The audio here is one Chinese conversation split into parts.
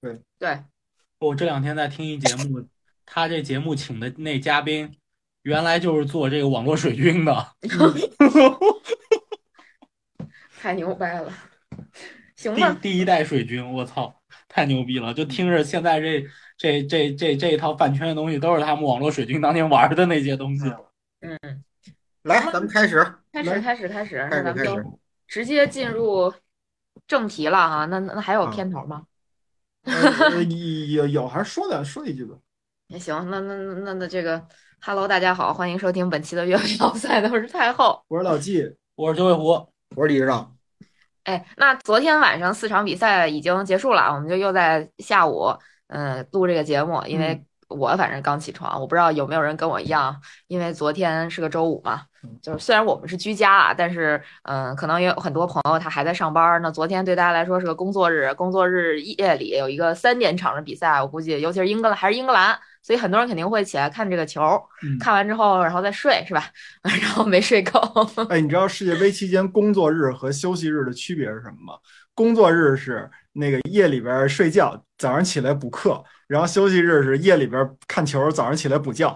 对，对，我这两天在听一节目，他这节目请的那嘉宾，原来就是做这个网络水军 的。嗯 太牛掰了，嗯行第吧，第一代水军，我操，太牛逼了！就听着现在这这这这这一套饭圈的东西，都是他们网络水军当年玩的那些东西。嗯，嗯，咱来，们咱们开 始，开始来，开始开始，开那始，咱们开就始直接进入正题了啊，那那那还有啊，片头吗？呃，呃有有还是说的说一句吧。也行，那那那那那这个，Hello，大家好，欢迎收听本期的粤语奥赛，我是太后。我是老纪，我是九尾狐，我是李指导。哎，那昨天晚上四场比赛已经结束了，啊我们就又在下午，嗯，录这个节目，因为嗯我反正刚起床，我不知道有没有人跟我一样，因为昨天是个周五嘛，嗯就是虽然我们是居家啊，但是嗯，可能也有很多朋友他还在上班儿。那昨天对大家来说是个工作日，工作日夜里有一个三点场的比赛，我估计尤其是英格兰还是英格兰，所以很多人肯定会起来看这个球，嗯，看完之后然后再睡是吧？ 然后没睡够。 哎，你知道世界杯期间工作日和休息日的区别是什么吗？工作日是那个夜里边儿睡觉，早上起来补课，然后休息日是夜里边儿看球，早上起来补觉。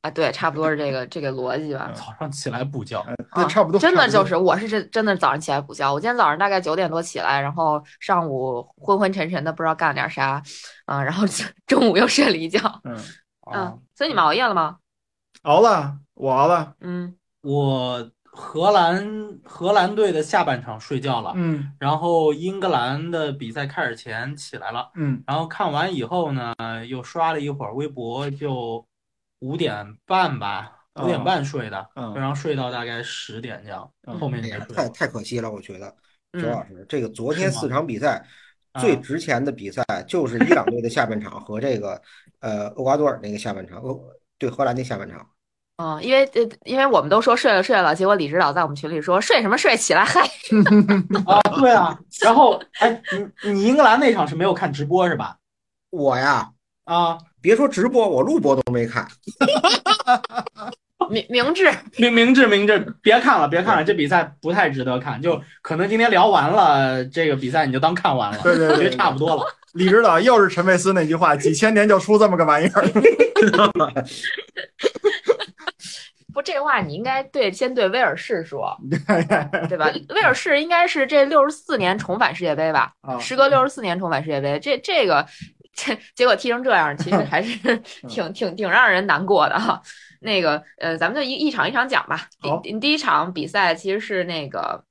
啊，对，差不多是这个这个逻辑吧。嗯，早上起来补觉，呃，对，啊，差不多，真差的不就多。是，我是真真的早上起来补觉。我今天早上大概九点多起来，然后上午昏昏沉沉的，不知道干了点啥，啊，然后 中午又睡了一觉，嗯，嗯，啊，所以你们熬夜了吗？熬了，我熬了。嗯，我荷兰荷兰队的下半场睡觉啊了，嗯然后英格兰的比赛开始前起来了，嗯然后看完以后呢，又刷了一会儿微博，就五点半吧，五点啊半睡的，嗯然后睡到大概十点这样，后嗯面哎就没呀，睡太了，太可惜了，我觉得周嗯，老师，这个昨是天四吗？场比赛最啊，值钱的比赛就是伊朗队的下半场和这个呃厄瓜多尔那个下半场，厄对荷兰那下半场。哦，因为呃，因为我们都说睡了睡了，结果李指导在我们群里说睡什么睡，起来嗨。啊，对啊，然后哎，你你英格兰那场是没有看直播是吧？我呀，啊，别说直播，我录播都没看。明明智， 明明智明智，别看了别看对，了，这比赛不太值得看，就可能今天聊完了这个比赛你就当看完了，对对我觉对得对差对，不多了。李指导又是陈佩斯那句话，几千年就出这么个玩意儿。 不，这话你应该对先对威尔士 说，对吧？威尔士应该是这六十四年重返世界杯吧，啊，时隔六十四年重返世界杯，这这个 这结果踢成这样， 其实还是嗯，挺挺挺让人难过的哈。那个呃，咱们就一一场一场讲吧。第好，第第一场比赛其实是那个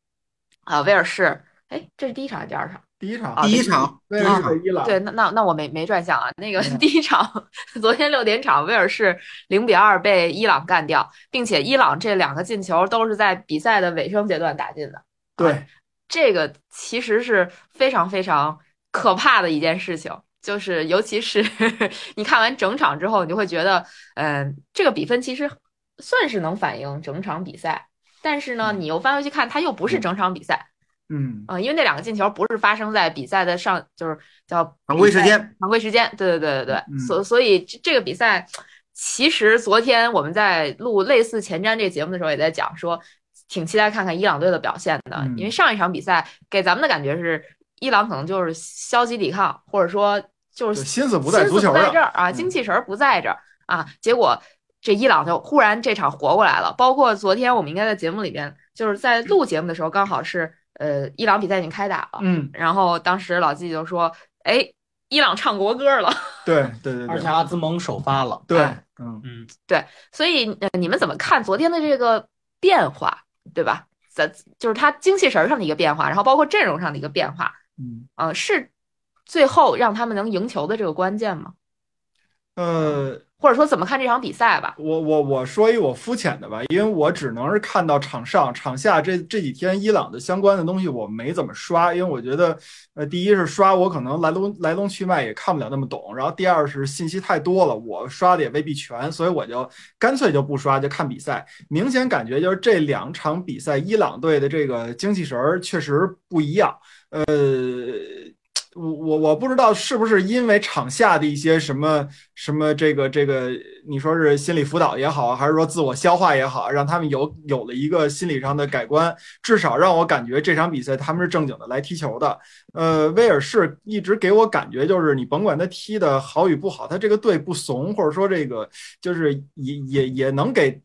啊、威尔士，哎，这是第一场还是第二场第一场，啊？第对一场，威第尔一士对场，伊朗，对，那那那我没没转向啊。那个 第嗯一场，昨天六点场，威尔士零比二被伊朗干掉，并且伊朗这两个进球都是在比赛的尾声阶段打进的啊。对，这个其实是非常非常可怕的一件事情，就是尤其是 你看完整场之后，你就会觉得，嗯，这个比分其实算是能反映整场比赛，但是呢，嗯你又翻回去看，它又不是整场比赛嗯啊，因为那两个进球不是发生在比赛的上，就是叫啊常比规时赛间。常规时间，对对对对对，嗯所所以这这个比赛。其实昨天我们在录类似前瞻这节目的时候，也在讲说，挺期待看看伊朗队的表现的，因为嗯上一场比赛给咱们的感觉是，伊朗可能就是消极抵抗，或者说就对，是心思不在心足思不球在这上。儿啊，精嗯气神儿不在这儿啊，结果这伊朗就忽然这场活过来了。包括昨天我们应该在节目里边，就是在录节目的时候，刚好是呃伊朗比赛已经开打了，嗯，然后当时老季就说，哎，伊朗唱国歌了。 对对对而且对阿兹蒙首发了，对哎，嗯，嗯，对，所以呃，你们怎么看昨天的这个变化，对吧？咱就是他精气神儿上的一个变化，然后包括阵容上的一个变化，嗯。呃，是最后让他们能赢球的这个关键吗？呃，或者说怎么看这场比赛吧？我我我说一我肤浅的吧，因为我只能是看到场上场下这这几天伊朗的相关的东西，我没怎么刷，因为我觉得，呃，第一是刷我可能来龙来龙去脉也看不了那么懂，然后第二是信息太多了，我刷的也未必全，所以我就干脆就不刷，就看比赛。明显感觉就是这两场比赛，伊朗队的这个精气神儿确实不一样。呃，我我我不知道是不是因为场下的一些什么什么这个这个，你说是心理辅导也好，还是说自我消化也好，让他们有有了一个心理上的改观，至少让我感觉这场比赛他们是正经的来踢球的。呃，威尔士一直给我感觉就是，你甭管他踢的好与不好，他这个队不怂，或者说这个就是也也也能给。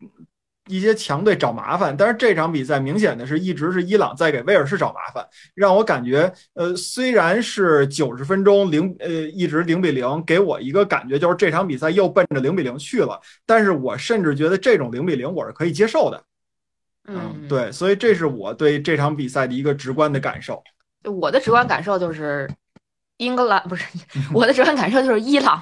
一些强队找麻烦，但是这场比赛明显的是一直是伊朗在给威尔士找麻烦，让我感觉，呃，虽然是九十分钟零呃一直零比零，给我一个感觉就是这场比赛又奔着零比零去了，但是我甚至觉得这种零比零我是可以接受的，嗯，对，所以这是我对这场比赛的一个直观的感受。我的直观感受就是，英格兰不是我的直观感受就是伊朗，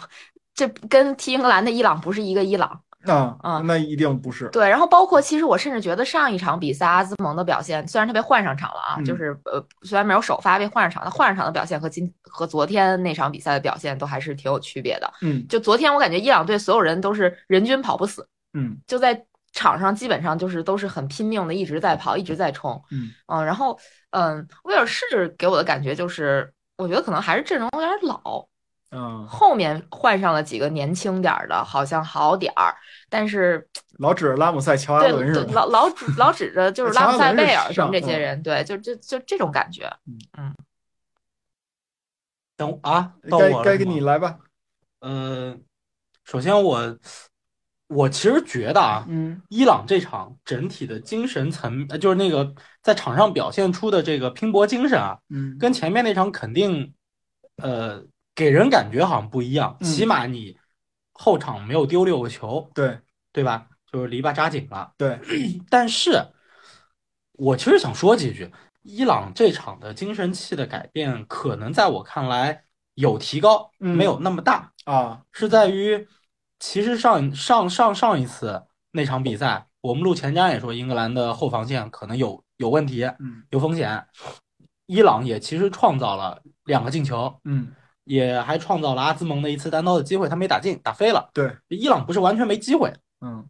这跟踢英格兰的伊朗不是一个伊朗。啊啊那一定不是，对，然后包括其实我甚至觉得上一场比赛阿兹蒙的表现，虽然他被换上场了啊，嗯就是呃虽然没有首发被换上场，他换上场的表现和今和昨天那场比赛的表现都还是挺有区别的。嗯就昨天我感觉伊朗队所有人都是人均跑不死，嗯就在场上基本上就是都是很拼命的，一直在跑，一直在冲。嗯嗯，然后嗯，威尔士给我的感觉就是，我觉得可能还是阵容有点老，嗯，后面换上了几个年轻点儿的，好像好点儿，但是老指着拉姆塞、乔阿对伦是对吧？老老指老指着 就是拉姆塞贝尔什么这嗯乔阿伦是些人，对，就就就这种感觉。等啊，到我该了该是给吗你来吧，呃，首先我我其实觉得啊，嗯伊朗这场整体的精神层，呃就是那个在场上表现出的这个拼搏精神啊，嗯跟前面那场肯定，呃，给人感觉好像不一样。嗯起码你后场没有丢六个球，对对吧？就是篱笆扎紧了。对，但是，我其实想说几句，伊朗这场的精神气的改变，可能在我看来有提高，嗯没有那么大。啊，是在于，其实上上上上一次那场比赛，我们录前瞻也说英格兰的后防线可能有有问题，嗯有风险。伊朗也其实创造了两个进球，嗯也还创造了阿兹蒙的一次单刀的机会，他没打进，打飞了。对，伊朗不是完全没机会，嗯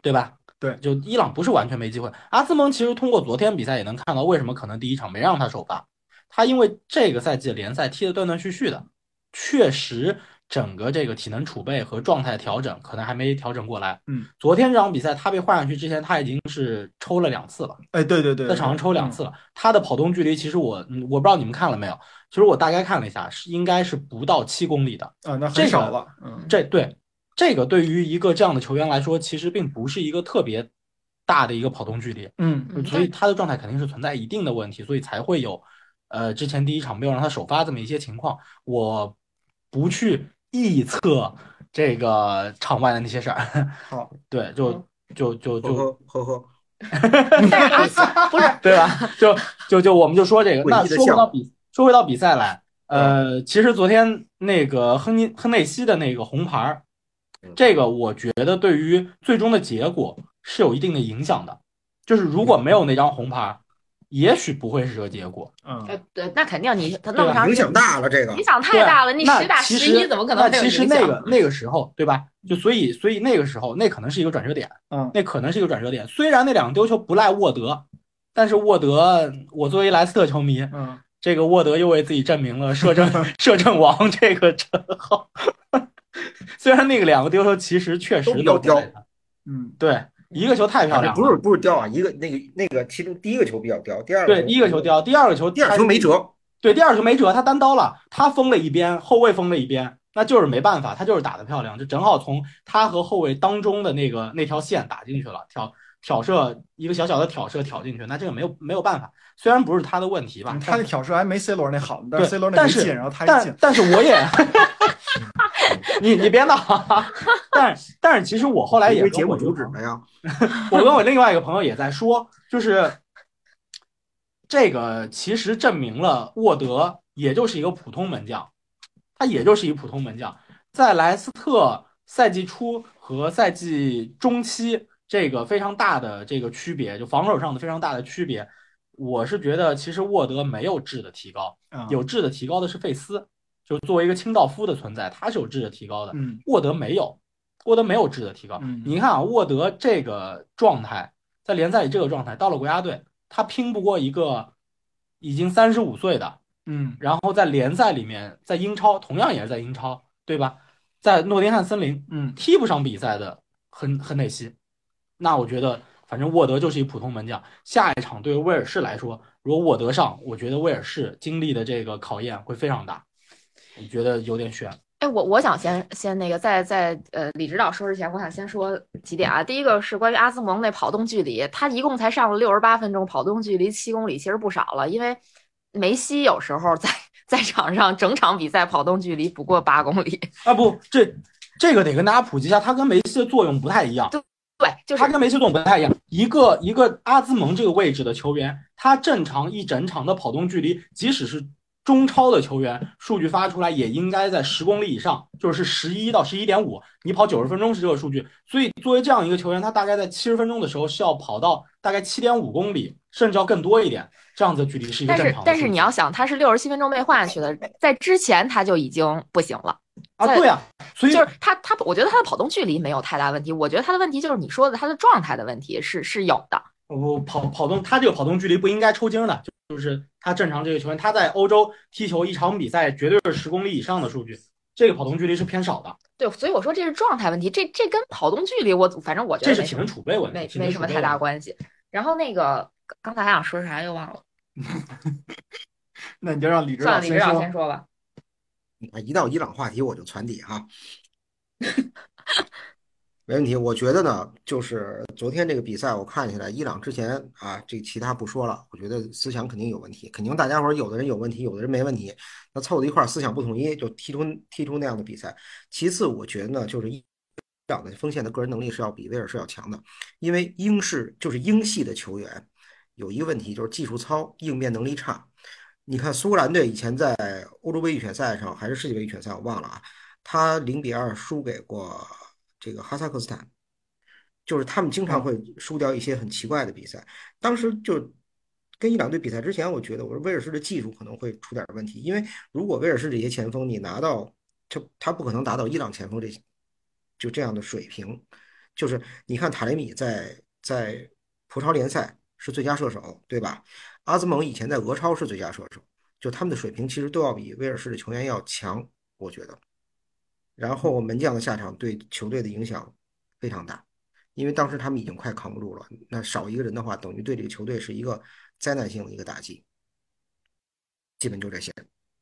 对吧？对就伊朗不是完全没机会。阿兹蒙其实通过昨天比赛也能看到，为什么可能第一场没让他首发，他因为这个赛季联赛踢得断断续续的，确实整个这个体能储备和状态调整可能还没调整过来。嗯，昨天这场比赛他被换上去之前，他已经是抽了两次了，哎，对对对，在场上抽两嗯次了。他的跑动距离其实我嗯我不知道你们看了没有，其实我大概看了一下，是应该是不到七公里的。啊，那这很个少了，嗯这对这个对于一个这样的球员来说，其实并不是一个特别大的一个跑动距离，嗯嗯，所以他的状态肯定是存在一定的问题，所以才会有呃之前第一场没有让他首发这么一些情况。我不去臆测这个场外的那些事儿， 好，嗯对，就就就呵就呵呵呵，但是阿兹不是对吧？就就就我们就说这个。那诡异的说回项嗯到比说回到比赛来，呃，其实昨天那个亨尼亨内西的那个红牌儿嗯，这个我觉得对于最终的结果是有一定的影响的。就是如果没有那张红牌儿，也许不会是这个结果。嗯呃对，那肯定你他那么对啊长影时间响大了这个影。响太大了，你那十打其十实一怎么可能那没有其影实响？啊那个那个时候，对吧？就所以所以那个时候，那可能是一个转折点，嗯那可能是一个转折点。虽然那两个丢球不赖沃德，但是沃德，我作为莱斯特球迷，嗯，这个沃德又为自己证明了摄政摄政王这个称号。虽然那个两个丢球其实确实都比较不赖刁他，嗯对，一个球太漂亮了，不是不是掉啊，一个那个那个，其中第一个球比较掉，第二个对，第一个球，掉，第二个球第二球没，辙，对，第二球没辙，他单刀了，他封了一边，后卫封了一边，那就是没办法，他就是打得漂亮，就正好从他和后卫当中的那个那条线打进去了，挑挑射一个小小的挑射挑进去，那这个没有没有办法，虽然不是他的问题吧，嗯嗯他的挑射还没 C 罗那好呢，但是 C 对罗那但没是进，然后他一但进，但是我 也， 你你别闹啊，但是但是其实我后来也因为跟节目我主旨了哎呀。我跟我另外一个朋友也在说，就是这个其实证明了沃德也就是一个普通门将，他也就是一个普通门将，在莱斯特赛季初和赛季中期这个非常大的这个区别，就防守上的非常大的区别，我是觉得其实沃德没有质的提高。嗯有质的提高的是费斯，就作为一个清道夫的存在，他是有质的提高的。嗯沃德没有，沃德没有质的提高嗯。你看啊，沃德这个状态，在联赛里这个状态，到了国家队，他拼不过一个已经三十五岁的嗯然后在联赛里面，在英超同样也是在英超，对吧？在诺丁汉森林嗯，踢不上比赛的很很内西。那我觉得，反正沃德就是一普通门将。下一场对威尔士来说，如果沃德上，我觉得威尔士经历的这个考验会非常大。我觉得有点悬。哎，我我想先先那个，在在呃李指导说之前，我想先说几点啊。第一个是关于阿斯蒙那跑动距离，他一共才上了六十八分钟，跑动距离七公里，其实不少了。因为梅西有时候在 在场上整场比赛跑动距离不过八公里，啊，不，这这个得跟大家普及一下，他跟梅西的作用不太一样。对，就是他跟梅西作用不太一样，一个一个阿兹蒙这个位置的球员，他正常一整场的跑动距离，即使是中超的球员，数据发出来也应该在十公里以上，就是十一到十一点五，你跑九十分钟是这个数据。所以作为这样一个球员，他大概在七十分钟的时候是要跑到大概七点五公里，甚至要更多一点，这样子的距离是一个但正是常的但是数你据要想，他是六十七分钟被换下去的，在之前他就已经不行了。啊，在对啊，所以就是他他，我觉得他的跑动距离没有太大问题，我觉得他的问题就是你说的他的状态的问题是是有的。我跑跑动，他这个跑动距离不应该抽筋儿的，就就是他正常这个球员，他在欧洲踢球一场比赛绝对是十公里以上的数据，这个跑动距离是偏少的，对，所以我说这是状态问题，这这跟跑动距离我反正我觉得这是没体什能么储备问题，没体能没什么储备太大问题。关系。然后那个刚才还想说啥又忘了，那你就让李指算导了，李先指导先说。说吧。你看，啊一到伊朗话题我就传底哈，没问题。我觉得呢，就是昨天这个比赛，我看起来伊朗之前啊，这其他不说了，我觉得思想肯定有问题，肯定大家伙儿有的人有问题，有的人没问题，那凑到一块儿思想不统一，就踢出踢出那样的比赛。其次，我觉得呢，就是伊朗的锋线的个人能力是要比威尔士要强的，因为英式就是英系的球员有一个问题就是技术糙，应变能力差。你看苏格兰队以前在欧洲杯预选赛上还是世界杯预选赛，我忘了啊，他零比二输给过这个哈萨克斯坦，就是他们经常会输掉一些很奇怪的比赛。当时就跟伊朗队比赛之前，我觉得我说威尔士的技术可能会出点问题，因为如果威尔士这些前锋你拿到，他他不可能达到伊朗前锋这些就这样的水平。就是你看塔雷米在在葡超联赛是最佳射手，对吧？阿兹蒙以前在俄超是最佳射手，就他们的水平其实都要比威尔士的球员要强，我觉得。然后门将的下场对球队的影响非常大，因为当时他们已经快扛不住了，那少一个人的话，等于对这个球队是一个灾难性的一个打击。基本就这些，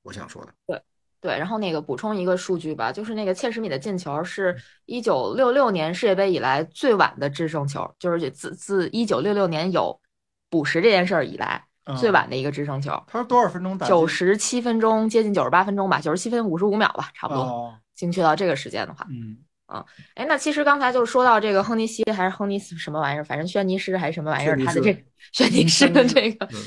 我想说的。对，然后那个补充一个数据吧，就是那个切什米的进球是嗯一九六六年世界杯以来最晚的制胜球，就是自自一九六六年有补时这件事儿以来嗯最晚的一个制胜球，他是多少分钟打进？九十七分钟接近九十八分钟吧，九十七分五十五秒吧，差不多。哦，精确到这个时间的话，嗯，哎，那其实刚才就说到这个亨尼西还是亨尼斯什么玩意儿，反正轩尼诗还是什么玩意儿，轩尼他诗的这个轩尼诗的这个，嗯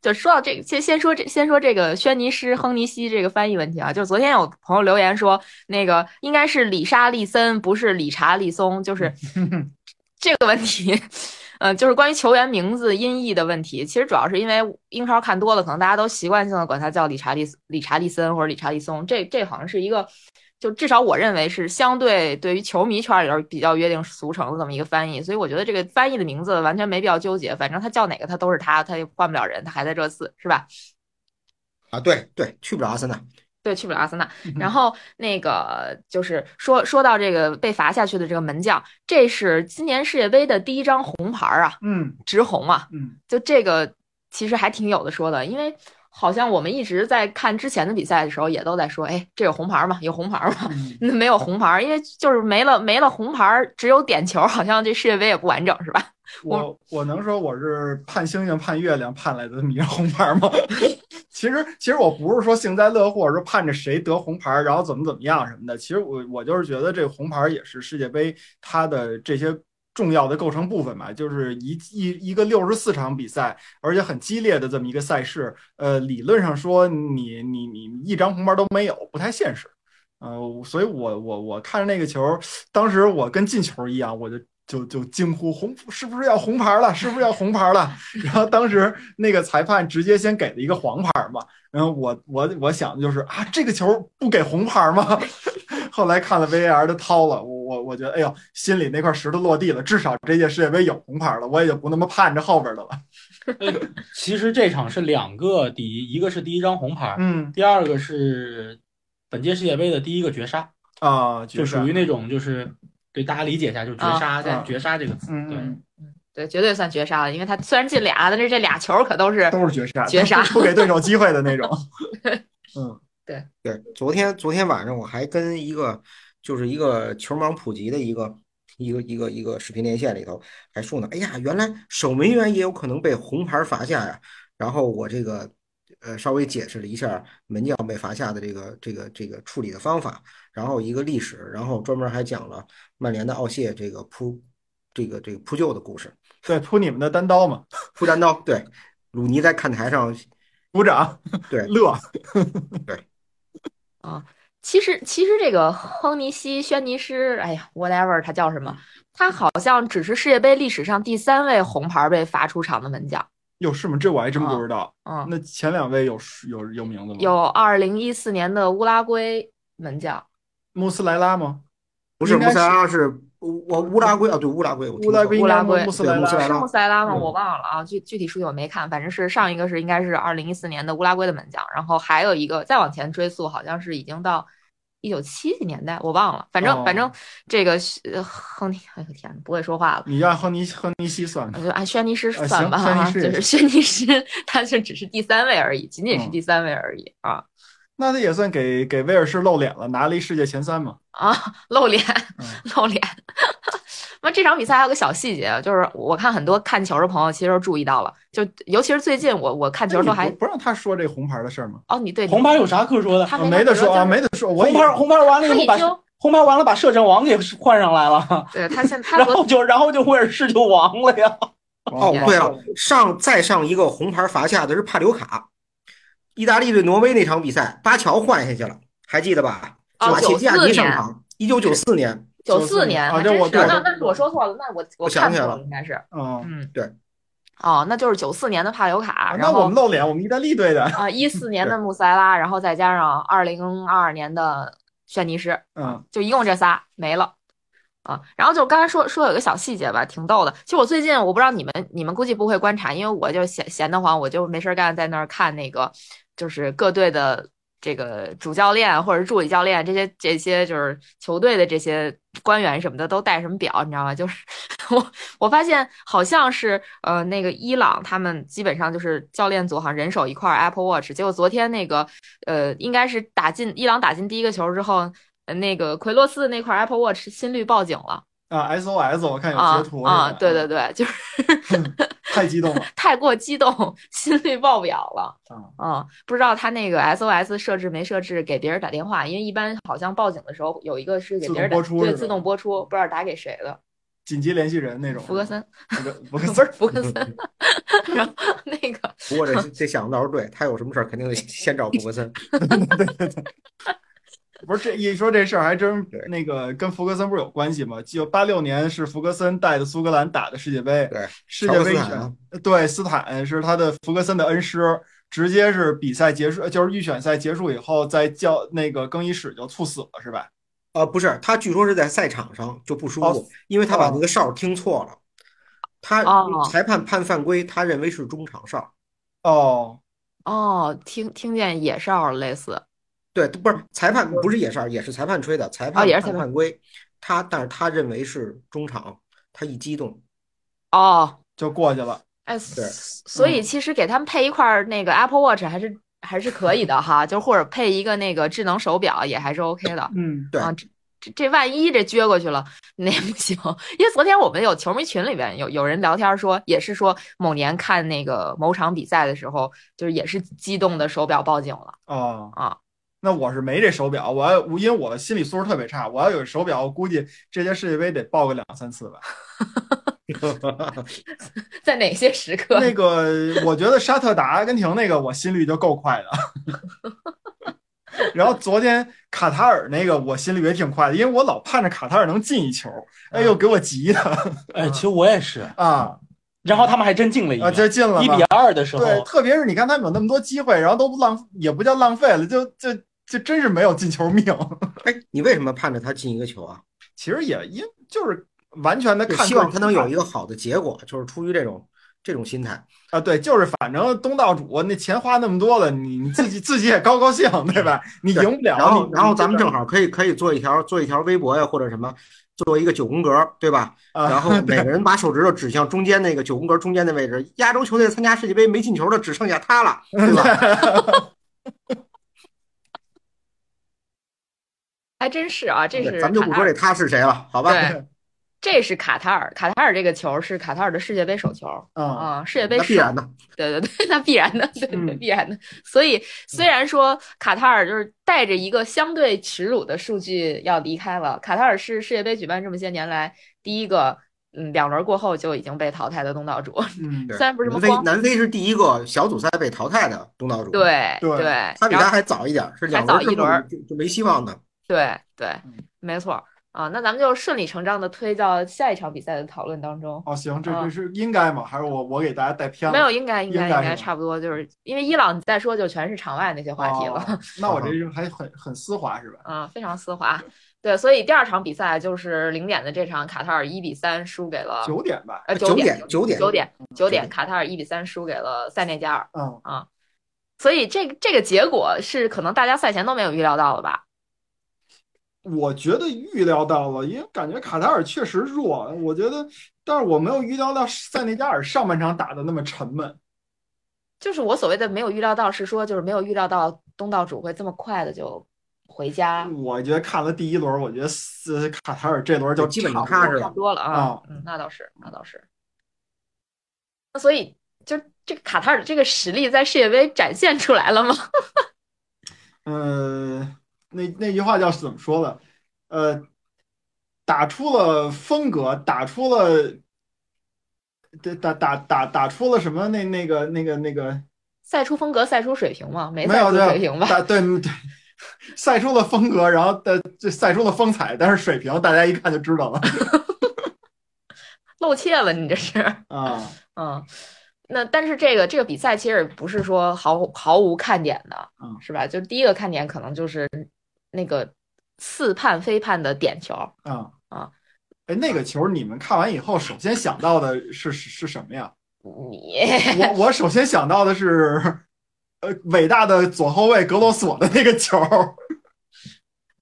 就说到这个，先先说这先说这个轩尼诗亨尼西这个翻译问题啊，就是昨天有朋友留言说，那个应该是里沙利森，不是理查利松，就是嗯这个问题。嗯，就是关于球员名字音译的问题，其实主要是因为英超看多了，可能大家都习惯性的管他叫理查利斯理查利森或者理查利松，这这好像是一个，就至少我认为是相对对于球迷圈里边比较约定俗成的这么一个翻译，所以我觉得这个翻译的名字完全没必要纠结，反正他叫哪个他都是他，他也换不了人，他还在热刺是吧？啊，对对，去不了阿森纳。对，去不了阿森纳。然后那个就是说说到这个被罚下去的这个门将，这是今年世界杯的第一张红牌啊，嗯直红啊。嗯就这个其实还挺有的说的，因为好像我们一直在看之前的比赛的时候，也都在说，哎，这有红牌吗？有红牌吗？嗯， 那没有红牌，因为就是没了没了红牌，只有点球，好像这世界杯也不完整是吧？ 我我能说我是盼星星盼月亮盼来的这么一个红牌吗？ 其实其实我不是说幸灾乐祸，是盼着谁得红牌，然后怎么怎么样什么的。其实我我就是觉得这个红牌也是世界杯它的这些重要的构成部分嘛，就是一一一个六十四场比赛，而且很激烈的这么一个赛事，呃，理论上说你你你一张红牌都没有，不太现实。呃，所以我我我看着那个球，当时我跟进球一样，我就就就惊呼红是不是要红牌了？是不是要红 牌了？然后当时那个裁判直接先给了一个黄牌嘛，然后我我我想的就是啊，这个球不给红牌吗？ 后来看了 VAR 的掏了，我我我觉得哎呦，心里那块石头落地了，至少这届世界杯有红牌了，我也就不那么盼着后边的了。 其实这场是两个第一，一个是第一张红牌，嗯第二个是本届世界杯的第一个绝杀，啊，就决赛属于那种就是对大家理解一下，就绝杀，但啊绝杀这个词，嗯对，嗯对，绝对算绝杀了，因为他虽然进俩，但是这俩球可都是都是绝杀， 绝杀不给对手机会的那种。嗯对，昨天昨天晚上我还跟一个就是一个球盲普及的一个一个一个一个视频连线里头还说呢，哎呀，原来守门员也有可能被红牌罚下呀。然后我这个呃稍微解释了一下门将被罚下的这个这个这个处理的方法，然后一个历史，然后专门还讲了曼联的奥谢这个扑这个这个扑救的故事，对，扑你们的单刀嘛，扑单刀，对，鲁尼在看台上鼓掌，对乐。其实，其实这个亨尼西、轩尼诗，哎呀，whatever，他叫什么？他好像只是世界杯历史上第三位红牌被罚出场的门将。哟，是吗？这我还真啊不知道。啊嗯，那前两位有有有名字吗？有2014年的乌拉圭门将，穆斯莱拉吗？不是应穆该塞拉是乌我乌拉圭啊，对乌拉圭，我听乌拉说圭应乌该拉穆圭穆斯莱对穆斯呃拉莱拉是穆塞拉吗？嗯我忘了啊，具具体数据我没看，反正是上一个是应该是2014年的乌拉圭的门将，然后还有一个再往前追溯，好像是已经到。一九七几年代我忘了，反正哦反正这个呃亨尼，哎呦天呐，不会说话了。你让亨尼亨尼西算我的。就按轩尼诗啊算嗯行吧，轩尼啊，诗就也是轩尼诗，他就只是第三位而已，仅仅是嗯第三位而已啊那他也算给给威尔士露脸了，拿了一世界前三嘛。啊，露脸嗯 露脸。那这场比赛还有个小细节，啊就是我看很多看球的朋友其实都注意到了，就尤其是最近我我看球都那还哎你不不让他说这红牌的事儿吗？哦，你对你红牌有啥可说的？ 他啊没得说啊，没得得说。我红以牌红牌完了以他后已把 经红牌完了把射程王给换上来了，对他现在他然昨后就然后就威尔士就亡了呀。哦，王对了，上再上一个红牌罚下的是帕留卡，意大利对挪威那场比赛，巴乔换下去了，还记得吧？哦马切基亚94尼上年场，一九九四年， 九94四年啊还这真我是，对那我那是我说错了，那我我我想看起错来了了应该是，嗯，嗯对，哦，那就是九四年的帕留卡，然啊那后我们嗯露脸，我们意大利队的。啊，一四年的穆塞拉，然后再加上二零二二年的轩尼诗，嗯，就一共这仨没了啊。然后就刚才说说有一个小细节吧，挺逗的。其实我最近我不知道你们你们估计不会观察，因为我就闲闲得慌，我就没事儿干在那儿看那个就是各队的这个主教练或者助理教练这些这些就是球队的这些官员什么的都戴什么表，你知道吗？就是 我我发现好像是呃那个伊朗他们基本上就是教练组好像人手一块儿 Apple Watch，结果昨天那个呃应该是打进伊朗打进第一个球之后，呃那个奎洛斯的那块 Apple Watch 心率报警了啊，SOS，我看有啊截图啊是！吧哦对对，对，就是太激动了。 太过激动， 心率爆表了。啊嗯，不知道他那个 SOS 设置没设置给别人打电话，因为一般好像报警的时候有一个是给别人打，自动播出对，是吧自动播出，不知道打给谁的。紧急联系人那种。福格森，福格， 福不格是森，福格 森，然后那个不过这这想的倒是对，他有什么事儿 肯定得先找布格森。不是这一说这事儿还真对那个跟福格森不是有关系吗？就八六年是福格森带着苏格兰打的世界杯，对，世界杯乔布斯坦啊选呃对斯坦是他的福格森的恩师，直接是比赛结束呃就是预选赛结束以后，在教那个更衣室就猝死了是吧？啊，不是，他据说是在赛场上就不舒哦服，因为他把哦那个哨听错了，他哦裁判判犯规，他认为是中场哨。哦，哦，听听见野哨了类似对，不是裁判，不是野哨，也是裁判吹的，裁判哦也是裁判判犯规，他但是他认为是中场，他一激动，哦。就过去了。哎，所以嗯其实给他们配一块儿那个 Apple Watch 还是还是可以的哈， 就或者配一个那个智能手表也还是 OK 的嗯，对啊。这这这万一这撅过去了，那也不行。因为昨天我们有球迷群里边有有人聊天说，也是说某年看那个某场比赛的时候，就是也是激动的手表报警了哦，啊。那我是没这手表，我要因为我心理素质特别差，我要有手表，我估计这届世界杯得报个两三次 吧。在哪些时刻？那个，我觉得沙特打阿根廷那个，我心率就够快 的。然后昨天卡塔尔那个，我心率也挺快的，因为我老盼着卡塔尔能进一球，啊哎呦，给我急的哎，其实我也是，啊然后他们还真进了一啊！个这进了一嘛比二的时候，对，特别是你看他们有那么多机会，然后都浪，也不叫浪费了，就就就真是没有进球命。 哎，你为什么盼着他进一个球啊？其实也因就是完全的就看希望个他能有人一个好的结果，就是出于这种这种心态。啊，对，就是反正东道主那钱花那么多了，你你自己自己也高高兴，对 吧？你赢不了，然后你然后咱们正好好可以可以做一条做一条微博呀或者什么，做一个九宫格，对吧？啊，然后每个人把手指头指向中间那个九宫格中间的位置，亚洲球队参加世界杯没进球的只剩下他了，对吧？ 还真是啊，这是咱们就不卡塔说尔 这他是谁了，好吧？对，这是卡塔尔，卡塔尔这个球是卡塔尔的世界杯首球啊，啊、世界杯嗯那必首然的，对对 对，那必然的，对对嗯必然的。所以虽然说卡塔尔就是带着一个相对耻辱的数据要离开了，卡塔尔是世界杯举办这么些年来第一个，嗯，两轮过后就已经被淘汰的东道主，嗯，虽然不是什么南非光，南非是第一个小组赛被淘汰的东道主，，对对对，他比然后他还早一点，是两还早一轮轮儿之后就就没希望的。对对嗯，没错啊。那咱们就顺理成章的推到下一场比赛的讨论当中。哦，行，这嗯啊这是应该吗？还是我我给大家带偏了？没有，应该应该应该应是吧该差不多，就是因为伊朗你再说就全是场外那些话题了。哦。那嗯我这是还很很丝滑是吧？嗯，非常丝滑。对，所以第二场比赛就是零点的这场，卡塔尔一比三输给了九点吧，呃九点点九点九点九点点，卡塔尔一比三输给了塞内加尔。嗯，所以这个这个结果是可能大家赛前都没有预料到的吧？我觉得预料到了，因为感觉卡塔尔确实弱，我觉得，但是我没有预料到塞内加尔上半场打的那么沉闷。就是我所谓的没有预料到，是说就是没有预料到东道主会这么快的就回家，我觉得看了第一轮，我觉得斯卡塔尔这轮就基本差上不多踏实差了不。多了啊啊。嗯，那倒是，那倒是。那所以就这个卡塔尔的这个实力在世界杯展现出来了吗？呃，那那句话叫怎么说呢？呃，打出了风格，打出了，打打打打打出了什么？那那个那个那个赛出风格，赛出水平吗？没没赛有出水对平吧？打对嗯对，赛出了风格，然后的这赛出了风采，但是水平大家一看就知道了 露怯了，你这是，啊。嗯，那但是这个这个比赛其实不是说毫毫无看点的，嗯是吧？就是第一个看点可能就是那个似判非判的点球，啊啊！哎，那个球你们看完以后，首先想到的是是是什么呀？你我我首先想到的是，呃，伟大的左后卫格罗索的那个球，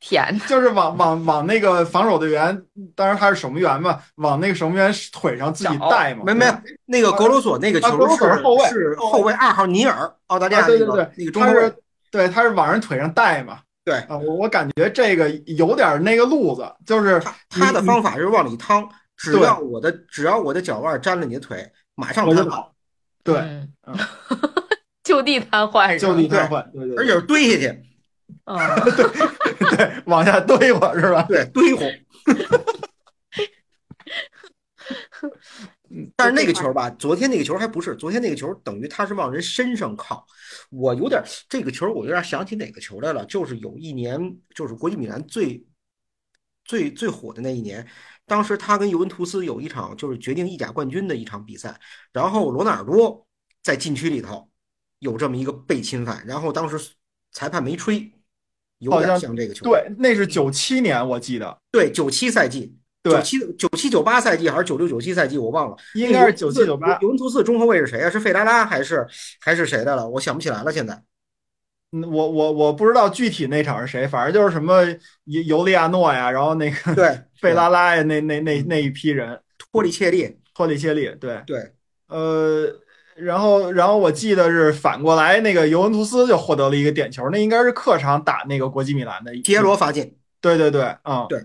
天呐，就是往往往那个防守队员，当然他是守门员嘛，往那个守门员腿上自己脚带嘛。没没有，那个格罗索那个啊格球罗索是是后卫是后卫二号尼尔，澳大利亚啊那对个、对对那个中他后卫是。对，他是往人腿上带嘛。对啊，我我感觉这个有点那个路子，就是他他的你方法是往里趟，只对要我的只要我的脚腕沾了你的腿，马上我就瘫痪，跑。对，嗯嗯 就地瘫痪是吧？就地对瘫痪，对对对，而且是堆下去，嗯，对往下堆我是吧？对， 堆红。嗯但是那个球吧，昨天那个球还不是，昨天那个球等于他是往人身上靠。我有点这个球，我有点想起哪个球来了，就是有一年，就是国际米兰最最最火的那一年，当时他跟尤文图斯有一场就是决定意甲冠军的一场比赛，然后罗纳尔多在禁区里头有这么一个被侵犯，然后当时裁判没吹，有点像这个球。对，那是九七年我记得，对，九七赛季，对九七九七九八赛季还是九六九七赛季，我忘了。应该是那个九尤文七图斯九八。尤文图斯的中后卫是谁啊？是费拉拉还是还是谁的了？我想不起来了。现在嗯我我我不知道具体那场是谁，反正就是什么尤尤利亚诺呀，然后那个对费拉拉呀，那那那那一批人，托里切利，托里切利，对，对呃，然后然后我记得是反过来，那个尤文图斯就获得了一个点球，那应该是客场打那个国际米兰的杰，罗罚进。对对对，嗯，对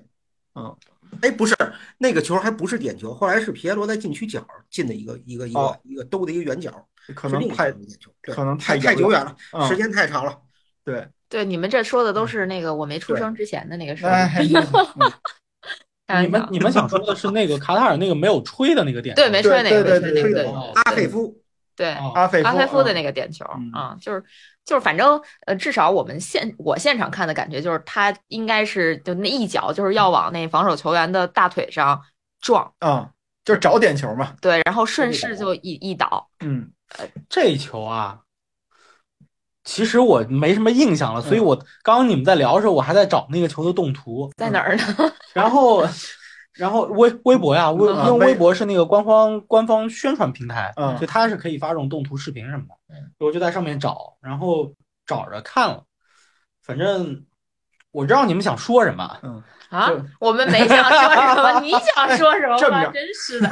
哎，不是那个球，还不是点球，后来是皮耶罗在禁区角进的一个一个一哦个一个兜的一个远角，可是能另一太个点球。对可，能太太太遥久远了，嗯时间太长了。对，对，你们这说的都是那个我没出生之前的那个事儿， 哎，嗯开玩你们笑。你们想说的是那个卡塔尔那个没有吹的那个点球？哎对，没对吹那个，对没对吹那个，对对阿费夫，对，哦阿费阿菲夫的嗯那个点球嗯啊，就是就是，反正呃，至少我们现我现场看的感觉就是他应该是就那一脚就是要往那防守球员的大腿上撞，嗯，就是找点球嘛，对，然后顺势就一一倒，嗯。这球啊，其实我没什么印象了，所以嗯嗯我刚刚你们在聊的时候，我还在找那个球的动图， 在哪儿呢？然后然后微微博呀，微嗯因为微博是那个官方官方宣传平台，嗯所以它是可以发这种动图、视频什么的。我就在上面找，然后找着看了，反正我知道你们想说什么。 嗯啊就，我们没想说什么， 你想说什么这么吧？着真是 的，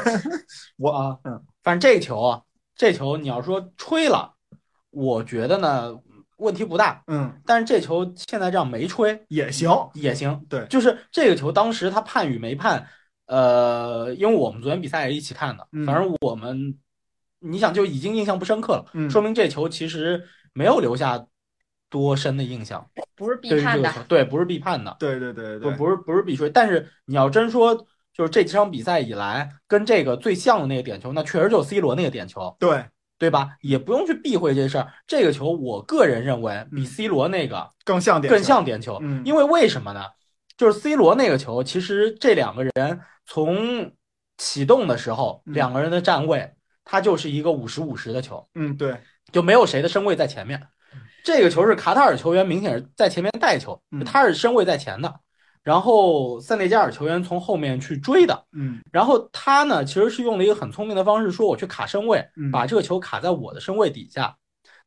我啊，嗯，反正这个球啊，这球你要说吹了，我觉得呢问题不大，嗯，但是这球现在这样没吹也行，也行。对就是这个球当时他判与没判，呃，因为我们昨天比赛也一起看的，嗯反正我们你想就已经印象不深刻了，嗯说明这球其实没有留下多深的印象。不是必对于这判个的球，，对，不是必判的。对对对不对对，不是不是必吹，但是你要真说，就是这几场比赛以来跟这个最像的那个点球，那确实就是 C 罗那个点球，对，对吧？也不用去避讳这事儿。这个球，我个人认为比嗯 C 罗那个更像点球，更像点球，嗯因为为什么呢？就是 C 罗那个球，其实这两个人从启动的时候，嗯两个人的站位，它就是一个五十五十的球，嗯，对，就没有谁的身位在前面。这个球是卡塔尔球员明显是在前面带球嗯，他是身位在前的，然后塞内加尔球员从后面去追的，嗯然后他呢其实是用了一个很聪明的方式，说我去卡身位，嗯，把这个球卡在我的身位底下。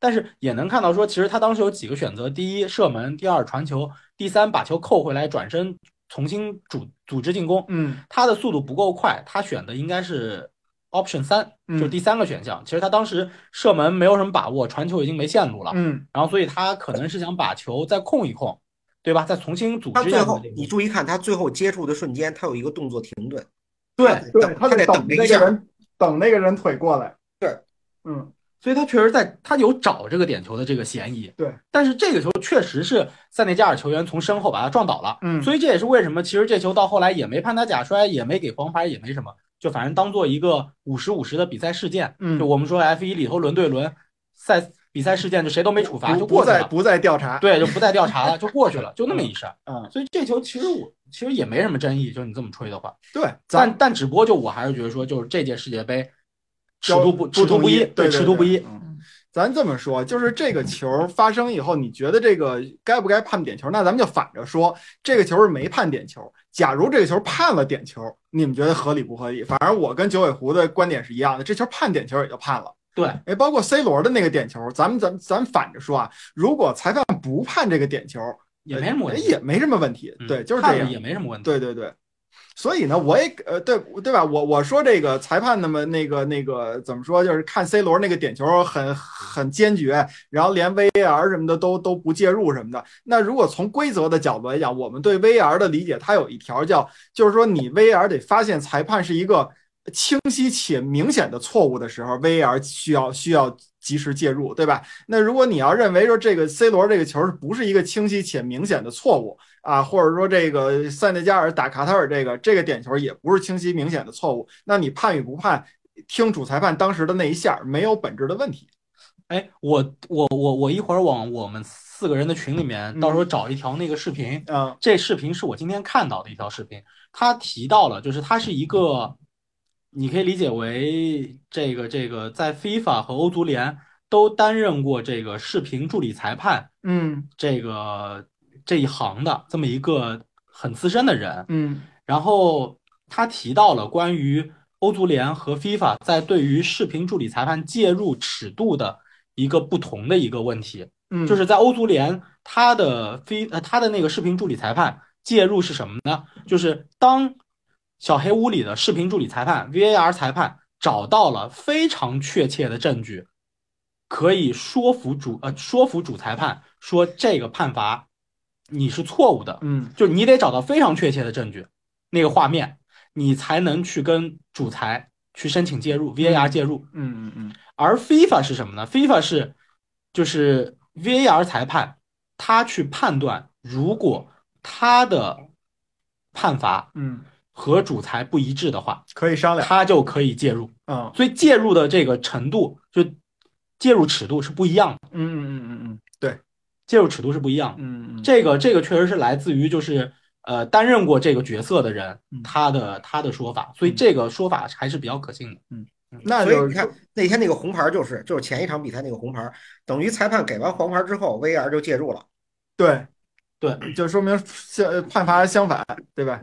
但是也能看到说，其实他当时有几个选择：第一，射门；第二，传球；第三，把球扣回来，转身重新组组织进攻。嗯他的速度不够快，他选的应该是 option 三，嗯就是第三个选项。其实他当时射门没有什么把握，传球已经没线路了，嗯，然后所以他可能是想把球再控一控，对吧？再重新组他织一最下后这个你进攻。注意看，他最后接触的瞬间，他有一个动作停顿，对他得对，等他他得等等那那一个下人，等那个人腿过来，对，嗯所以他确实在他有找这个点球的这个嫌疑。对，但是这个球确实是塞内加尔球员从身后把他撞倒了，嗯所以这也是为什么其实这球到后来也没判他假摔，也没给黄牌，也没什么，就反正当做一个五十五十的比赛事件。嗯就我们说 F 一里头轮对轮赛比赛事件，就谁都没处罚，不就不过去再了。不再调查，对，就不再调查了，就过去 了，就那么一事儿。嗯，所以这球其实我其实也没什么争议，就你这么吹的话，对，咱但但只不过就我还是觉得说，就是这届世界杯尺交度不尺度统不一，对，对尺度不一。。对嗯咱这么说，就是这个球发生以后，你觉得这个该不该判点球？那咱们就反着说，这个球是没判点球。假如这个球判了点球，你们觉得合理不合理？反正我跟九尾狐的观点是一样的，这球判点球也就判了。对，哎，包括 C 罗的那个点球，咱们咱咱反着说啊，如果裁判不判这个点球，呃也没什么问题，也没什么问题。嗯对，就是这看样了。也没什么问题。对对对，所以呢，我也呃，对对吧？我我说这个裁判那么那个那个怎么说，就是看 C 罗那个点球很很坚决，然后连 VAR 什么的都都不介入什么的。那如果从规则的角度来讲，我们对 VAR 的理解，它有一条叫，就是说你 VAR 得发现裁判是一个清晰且明显的错误的时候，VAR 需要需要。及时介入，对吧？那如果你要认为说这个 C 罗这个球是不是一个清晰且明显的错误，啊，或者说这个塞内加尔打卡塔尔这个这个点球也不是清晰明显的错误，那你判与不判，听主裁判当时的那一下儿没有本质的问题。哎，我我我我一会儿往我们四个人的群里面，嗯到时候找一条那个视频。嗯这视频是我今天看到的一条视频，他提到了，就是它是一个，你可以理解为这个这个在 FIFA 和欧足联都担任过这个视频助理裁判嗯这个这一行的这么一个很资深的人。嗯然后他提到了关于欧足联和 FIFA 在对于视频助理裁判介入尺度的一个不同的一个问题，嗯，就是在欧足联，他的非呃他的那个视频助理裁判介入是什么呢？就是当小黑屋里的视频助理裁判 VAR 裁判找到了非常确切的证据，可以说服主呃说服主裁判说这个判罚你是错误的，嗯就你得找到非常确切的证据，那个画面，你才能去跟主裁去申请介入 VAR 介入。嗯嗯嗯而 FIFA 是什么呢？FIFA 是就是 VAR 裁判，他去判断如果他的判罚嗯，和主裁不一致的话，可以商量。他就可以介入。嗯所以介入的这个程度，就介入尺度是不一样的，嗯嗯嗯嗯，对，介入尺度是不一样的。嗯嗯这个这个确实是来自于就是呃担任过这个角色的人嗯他的他的说法，所以这个说法还是比较可信的。那所以就你是看那天那个红牌就是就是前一场比赛那个红牌，等于裁判给完黄牌之后，VAR 就介入了。对对，呃就说明相判罚相反，对吧？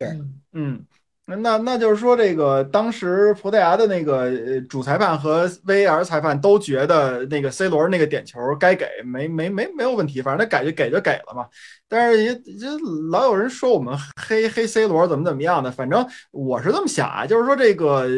对嗯嗯，那那那就是说，这个当时葡萄牙的那个呃主裁判和 VAR 裁判都觉得那个 C 罗那个点球该给，没没没没有问题，反正他改就给就给了嘛。但是也就老有人说我们黑黑 C 罗怎么怎么样的，反正我是这么想啊，就是说这个。呃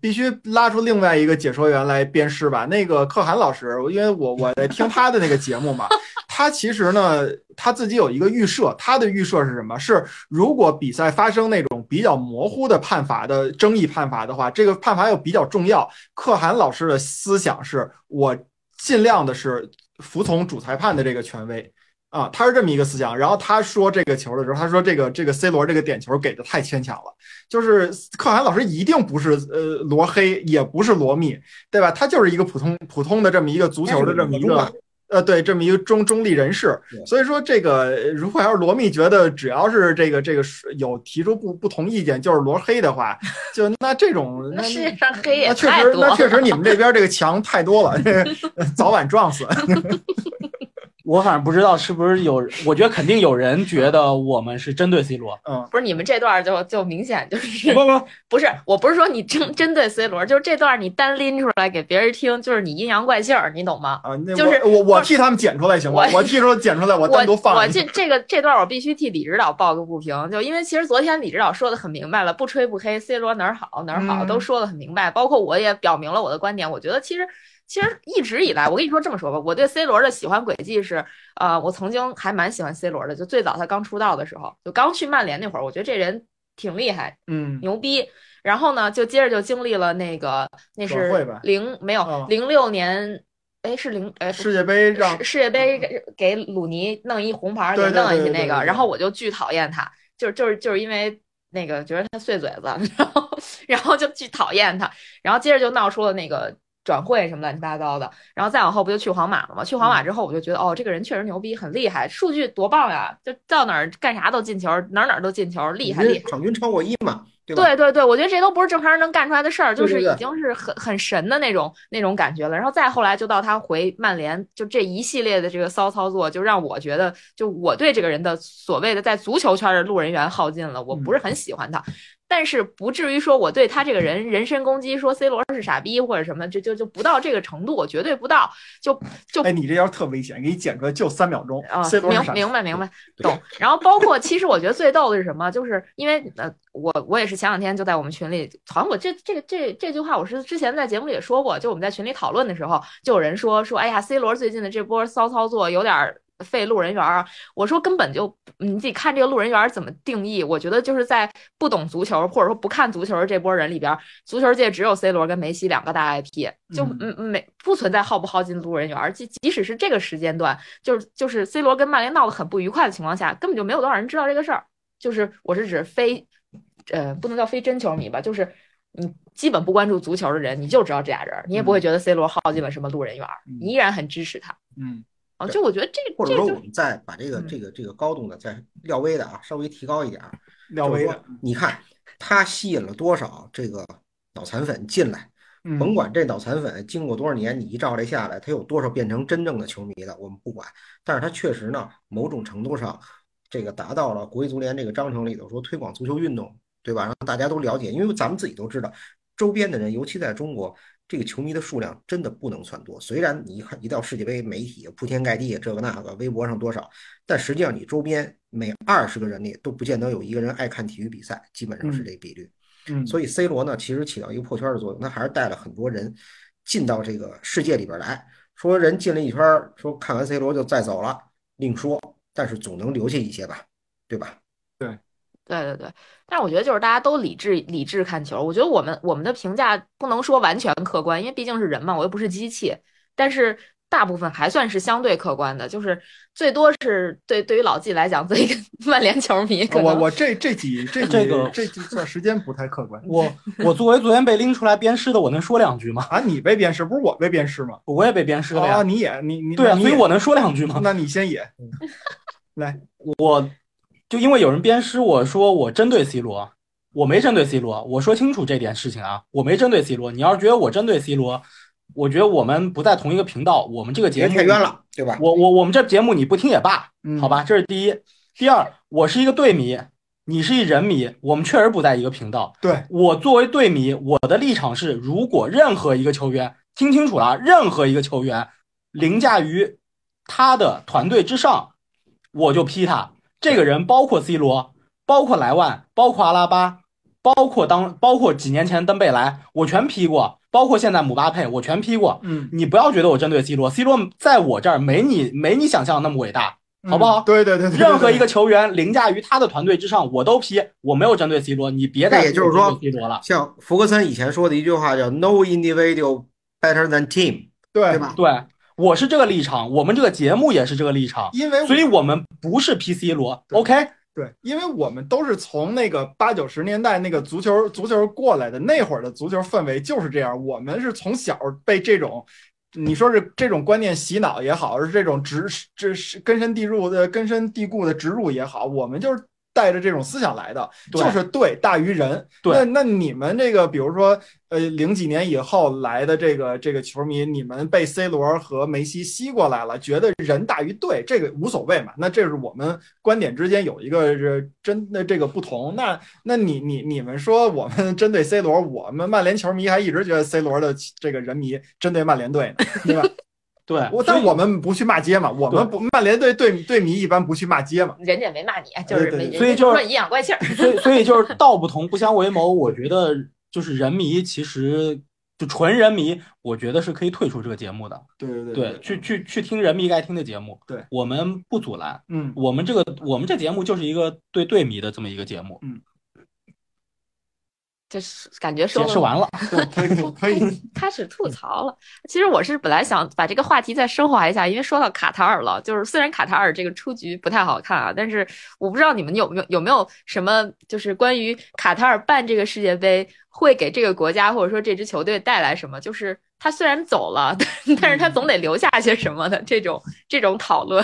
必须拉出另外一个解说员来鞭尸吧。那个可汗老师，因为我我在听他的那个节目嘛，他其实呢，他自己有一个预设，他的预设是什么？是如果比赛发生那种比较模糊的判罚的争议判罚的话，这个判罚又比较重要。可汗老师的思想是我尽量的是服从主裁判的这个权威。啊，他是这么一个思想，然后他说这个球的时候，他说这个这个 C 罗这个点球给的太牵强了，就是可汗老师一定不是呃罗黑，也不是罗密，对吧？他就是一个普通普通的这么一个足球的这么一个呃，对，这么一个中中立人士对，所以说这个呃如果要是罗密觉得只要是这个这个是有提出不不同意见就是罗黑的话，就那这种 那那世界上黑也那确太实多那了。 确实你们这边这个墙太多了，这个早晚撞死。我反正不知道是不是有，我觉得肯定有人觉得我们是针对 C 罗，嗯，不是你们这段儿就就明显就是不不，不是，我不是说你针针对 C 罗，就是这段儿你单拎出来给别人听，就是你阴阳怪气儿，你懂吗？啊，那就是我我我替他们剪出来行吗？我我替出剪出来，我我单独放我一下。这这个这段儿我必须替李指导抱个不平，就因为其实昨天李指导说的很明白了，不吹不黑，C 罗哪儿好哪儿好嗯都说的很明白，包括我也表明了我的观点。我觉得其实其实一直以来，我跟你说这么说吧，我对 C 罗的喜欢轨迹是，呃，我曾经还蛮喜欢 C 罗的，就最早他刚出道的时候，就刚去曼联那会儿，我觉得这人挺厉害，嗯，牛逼。然后呢，就接着就经历了那个，那转会是吧零没有嗯零六年，哎是零哎不世界杯让世世界杯给给鲁尼弄一红牌儿，给对对弄下去对对那对个，对然后我就巨讨厌他，就是就是就是因为那个觉得他碎嘴子， 然后然后就巨讨厌他，然后接着就闹出了那个转会什么乱七八糟的，然后再往后不就去皇马了吗？去皇嗯马之后，我就觉得哦，这个人确实牛逼，很厉害，数据多棒呀，就到哪儿干啥都进球，哪儿哪儿都进球，厉害厉害。场均超过一嘛，对吧？对对对，我觉得这都不是正常人能干出来的事儿，就对对是已对经是很很神的那种那种感觉了。然后再后来就到他回曼联，就这一系列的这个骚操作，就让我觉得，就我对这个人的所谓的在足球圈的路人缘耗尽了，我不是嗯很喜欢他，但是不至于说我对他这个人人身攻击，说 C 罗是傻逼或者什么，就就就不到这个程度，我绝对不到，就就哎，你这条特危险，给你剪出来就三秒钟。啊， C 罗是明啥？明白明白，对懂。然后包括其实我觉得最逗的是什么，就是因为呃，我我也是前两天就在我们群里，好像我这这个这这句话我是之前在节目里也说过，就我们在群里讨论的时候，就有人说说，哎呀，C 罗最近的这波骚操作有点儿费路人缘儿啊。我说根本就你自己看这个路人缘儿怎么定义，我觉得就是在不懂足球或者说不看足球这波人里边儿，足球界只有 C 罗跟梅西两个大 IP，就嗯嗯没不存在耗不耗尽路人缘儿，即即使是这个时间段。就是就是 C 罗跟曼联闹得很不愉快的情况下，根本就没有多少人知道这个事儿。就是我是指非，呃，不能叫非真球迷吧，就是你基本不关注足球的人，你就知道这俩人儿，你也不嗯会觉得 C 罗耗尽了什么路人缘儿，嗯你依然很支持他嗯，啊。对就我觉得这或者这说，就我们再把这个嗯这个这个高度呢，再廖微的啊，稍微提高一点啊。廖就是威说的，，你看他吸引了多少这个脑残粉进来，嗯甭管这脑残粉经过多少年，你一照这下来，他有多少变成真正的球迷了，我们不管。但是他确实呢，某种程度上，这个达到了国际足联这个章程里头说推广足球运动，对吧？让大家都了解，因为咱们自己都知道，周边的人，尤其在中国，这个球迷的数量真的不能算多。虽然你一看一到世界杯，媒体铺天盖地，这个那个，微博上多少，但实际上你周边每二十个人里都不见得有一个人爱看体育比赛，基本上是这比率。嗯，所以以 C 罗呢，其实起到一个破圈的作用，他还是带了很多人进到这个世界里边来。说人进了一圈儿，说看完 C 罗就再走了，另说，但是总能留下一些吧，对吧？对对对，但是我觉得就是大家都理智理智看球。我觉得我们我们的评价不能说完全客观，因为毕竟是人嘛，我又不是机器。但是大部分还算是相对客观的，就是最多是对对于老纪来讲，作为一个 曼联球迷，可我能我这这几这几这个这几段时间不太客观 我我作为昨天被拎出来鞭尸的，我能说两句吗？啊，你被鞭尸不是我被鞭尸吗？我也被鞭尸了啊，呀。你也你你对啊，那你所以也我能说两句吗？那你先也嗯来，就因为有人鞭尸我说我针对 C 罗，我没针对 C 罗，我说清楚这点事情啊，我没针对 C 罗。你要是觉得我针对 C 罗，我觉得我们不在同一个频道，我们这个节别目太冤了，对吧？我我我们这节目你不听也罢，嗯好吧，这是第一。第二，我是一个队迷，你是一人迷，我们确实不在一个频道。对，我作为队迷，我的立场是，如果任何一个球员，听清楚了啊，任何一个球员凌驾于他的团队之上，我就批他。这个人包括 C 罗，包括莱万，包括阿拉巴，包括当包括几年前登贝莱，我全批过，包括现在姆巴佩，我全批过。嗯，你不要觉得我针对 C 罗，C 罗在我这儿没你没你想象那么伟大，好不好嗯对对对，对任何一个球 员凌驾于他的团队之上，我都批，我没有针对 C 罗，你别再那也就是说针对 C 罗了。像福格森以前说的一句话叫 “No individual better than team”，对对？吧？对，我是这个立场，我们这个节目也是这个立场，因为我所以我们不是 PC 罗对，OK？对，因为我们都是从那个八九十年代那个足球足球过来的，那会儿的足球氛围就是这样。我们是从小被这种，你说是这种观念洗脑也好，是这种植这是根深蒂入的根深蒂固的植入也好，我们就是带着这种思想来的，对就是对大于人。对那那你们这个，比如说呃零几年以后来的这个这个球迷，你们被 C 罗和梅西吸过来了，觉得人大于队，这个无所谓嘛？那这是我们观点之间有一个是真的这个不同。那那你你你们说我们针对 C 罗，我们曼联球迷还一直觉得 C 罗的这个人迷针对曼 联队呢，对吧？对，所我以但我们不去骂街嘛，我们不曼联队队队迷一般不去骂街嘛。人家也没骂你，啊就是对对没所以就是说你阴阳怪气儿。 所以所以就是道不同不相为谋，我觉得就是人迷，其实就纯人迷，我觉得是可以退出这个节目的。对对对对，去去去听人迷该听的节目。对，我们不阻拦，嗯，我们这个我们这节目就是一个对队迷的这么一个节目。就是感觉说解了释完了，可以 可以， 开始吐槽了。其实我是本来想把这个话题再升华一下，因为说到卡塔尔了，就是虽然卡塔尔这个出局不太好看啊，但是我不知道你们有没有有没有什么，就是关于卡塔尔办这个世界杯会给这个国家或者说这支球队带来什么？就是他虽然走了， 但但是他嗯总得留下些什么的这种这种讨论。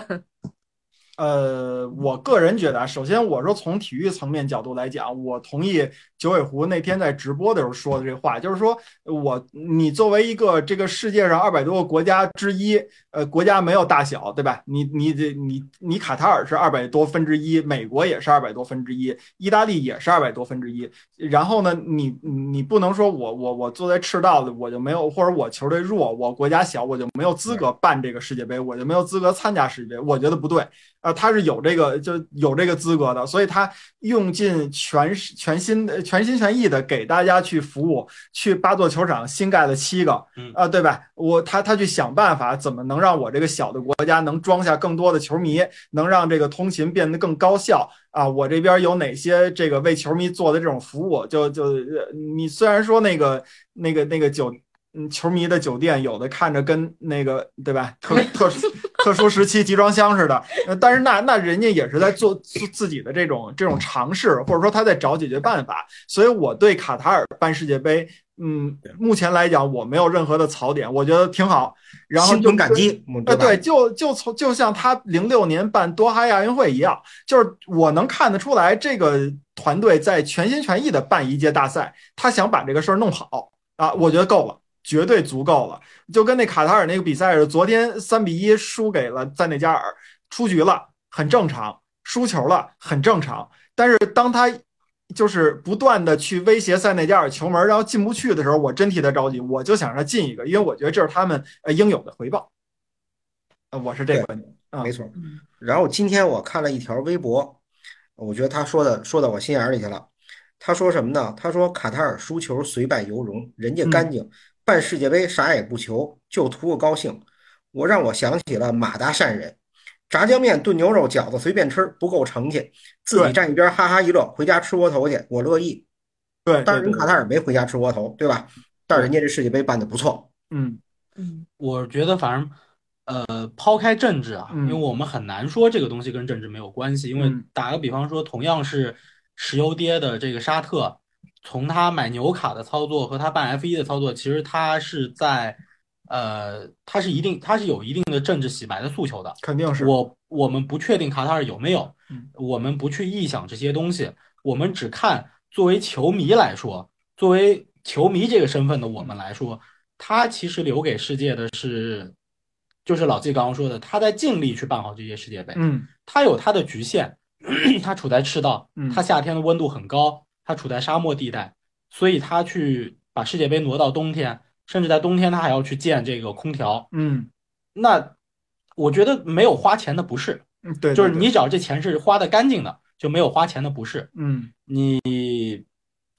呃，我个人觉得啊，首先我说从体育层面角度来讲，我同意九尾狐那天在直播的时候说的这话，就是说我你作为一个这个世界上二百多个国家之一，呃，国家没有大小，对吧？你你这你你卡塔尔是二百多分之一，美国也是二百多分之一，意大利也是二百多分之一。然后呢，你你不能说我我我坐在赤道里我就没有，或者我球队弱，我国家小，我就没有资格办这个世界杯，我就没有资格参加世界杯，我觉得不对。呃，他是有这个就有这个资格的，所以他用尽全是全心的全心全意的给大家去服务，去八座球场新盖了七个，啊、嗯对吧？我他他去想办法，怎么能让我这个小的国家能装下更多的球迷，能让这个通勤变得更高效啊？我这边有哪些这个为球迷做的这种服务？就就呃你虽然说那个那个那个酒。嗯，球迷的酒店有的看着跟那个对吧，特特殊特殊时期集装箱似的，呃但是那那人家也是在做自自己的这种这种尝试，或者说他在找解决办法。所以我对卡塔尔办世界杯，嗯，目前来讲我没有任何的槽点，我觉得挺好。然后心就存感激，嗯呃，对吧？对，就就从就像他零六年办多哈亚运会一样，就是我能看得出来，这个团队在全心全意的办一届大赛，他想把这个事儿弄好啊，我觉得够了。绝对足够了，就跟那卡塔尔那个比赛似的，昨天三比一输给了赞内加尔，出局了，很正常；输球了，很正常。但是当他就是不断的去威胁塞内加尔球门，然后进不去的时候，我真替他着急，我就想让他进一个，因为我觉得这是他们呃应有的回报。呃，我是这个观点。啊没错。然后今天我看了一条微博，我觉得他说的说到我心眼儿里去了。他说什么呢？他说卡塔尔输球虽败犹荣，人家嗯干净，办世界杯啥也不求，就图个高兴。我让我想起了马达善人，炸酱面、炖牛肉、饺子随便吃，不够盛气，自己对站一边哈哈一乐，回家吃窝头去，我乐意。对，但是对人卡塔尔没回家吃窝头，对吧？但是人家这世界杯办的不错，嗯嗯，我觉得反正呃，抛开政治啊，因嗯为我们很难说这个东西跟政治没有关系。因为嗯打个比方说，同样是石油跌的这个沙特，从他买纽卡的操作和他办 F 一的操作，其实他是在呃，他是一定他是有一定的政治洗白的诉求的。肯定是。我我们不确定卡塔尔有没有嗯，我们不去臆想这些东西，我们只看作为球迷来说，作为球迷这个身份的我们来说，他其实留给世界的是，就是老季刚刚说的，他在尽力去办好这些世界杯，嗯他有他的局限， 它处在赤道，嗯它夏天的温度很高，它处在沙漠地带，所以它去把世界杯挪到冬天，甚至在冬天它还要去建这个空调。嗯那我觉得没有花钱的不是，嗯，对，就是对你，只要这钱是花的干净的，就没有花钱的不是。对嗯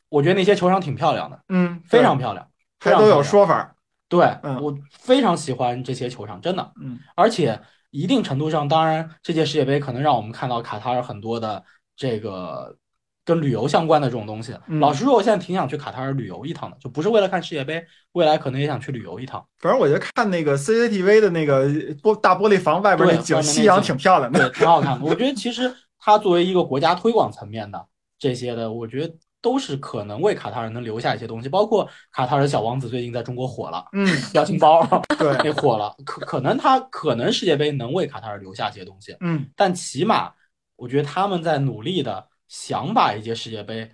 我觉得那些球场挺漂亮的，嗯，非常漂亮，非还常都有漂亮说法儿，对，嗯我非常喜欢这些球场，真的。嗯而且一定程度上，当然这届世界杯可能让我们看到卡塔尔很多的这个跟旅游相关的这种东西。嗯老实说，我现在挺想去卡塔尔旅游一趟的，就不是为了看世界杯，未来可能也想去旅游一趟。反正我觉得看那个 CCTV 的那个玻大玻璃房外边对那景，外面那夕阳景挺漂亮的。对，挺好看的。我觉得其实它作为一个国家推广层面的这些的，我觉得都是可能为卡塔尔能留下一些东西，包括卡塔尔小王子最近在中国火了，嗯，表情包对， 也火了，可可能他可能世界杯能为卡塔尔留下一些东西。嗯但起码我觉得他们在努力的想把一届世界杯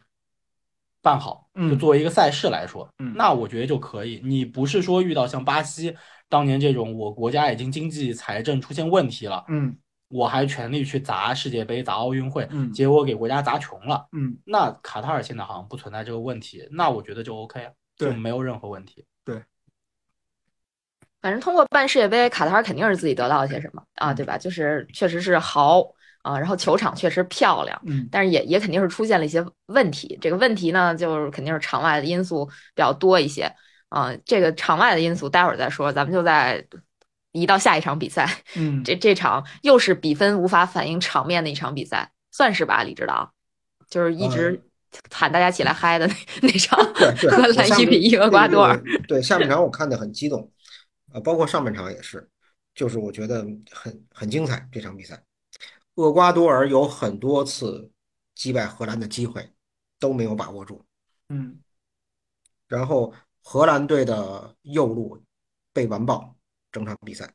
办好，嗯就作为一个赛事来说，嗯那我觉得就可以。你不是说遇到像巴西当年这种，我国家已经经济财政出现问题了，嗯我还全力去砸世界杯、砸奥运会，嗯结果给国家砸穷了。嗯，那卡塔尔现在好像不存在这个问题，那我觉得就 OK，啊对就没有任何问题。反正通过办世界杯，卡塔尔肯定是自己得到了些什么啊，嗯对吧？就是确实是豪啊，然后球场确实漂亮，嗯但是也也肯定是出现了一些问题。这个问题呢，就是肯定是场外的因素比较多一些啊。这个场外的因素待会儿再说，咱们就再移到下一场比赛。嗯，这这场又是比分无法反映场面的一场比赛，算是吧，李指导，就是一直喊大家起来嗨的那那场，嗯对 对，荷我兰上一比一厄瓜多尔。对对，下半场我看的很激动，呃，包括上半场也是，就是我觉得很很精彩这场比赛。厄瓜多尔有很多次击败荷兰的机会都没有把握住，嗯然后荷兰队的右路被完爆，整场比赛。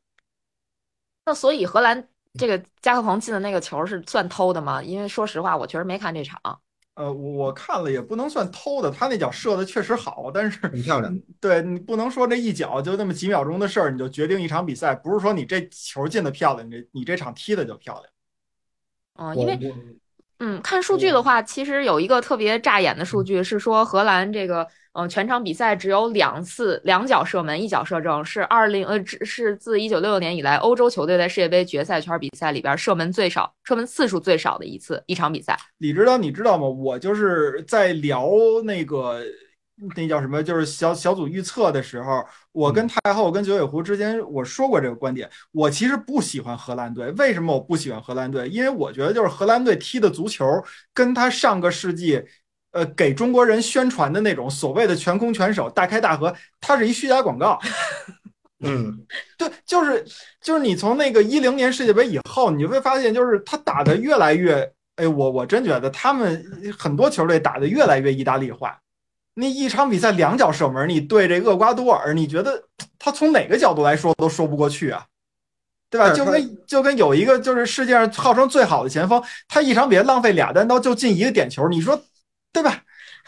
那所以荷兰这个加克鹏进的那个球是算偷的吗？因为说实话，我确实没看这场。呃，我我看了也不能算偷的，他那脚射的确实好，但是很漂亮，对你不能说这一脚就那么几秒钟的事儿，你就决定一场比赛，不是说你这球进的漂亮，你这你这场踢的就漂亮。嗯，我因为我嗯，看数据的话，其实有一个特别扎眼的数据是说，荷兰这个嗯、呃全场比赛只有两次两脚射门，一脚射正，是二零呃只是自一九六六年以来欧洲球队在世界杯决赛圈比赛里边射门最少、射门次数最少的一次一场比赛。李指导，你知道吗？我就是在聊那个那叫什么，就是小小组预测的时候，我跟太后跟九尾狐之间我说过这个观点。我其实不喜欢荷兰队，为什么我不喜欢荷兰队？因为我觉得就是荷兰队踢的足球跟他上个世纪。呃，给中国人宣传的那种所谓的全攻全守、大开大合，它是一虚假广告。嗯，对，就是就是你从那个一零年世界杯以后，你就会发现，就是他打的越来越，哎，我我真觉得他们很多球队打的越来越意大利化。那一场比赛两脚射门，你对这厄瓜多尔，你觉得他从哪个角度来说都说不过去啊，对吧？但是就他跟就跟有一个就是世界上号称最好的前锋，他一场比赛浪费俩单刀就进一个点球，你说对吧？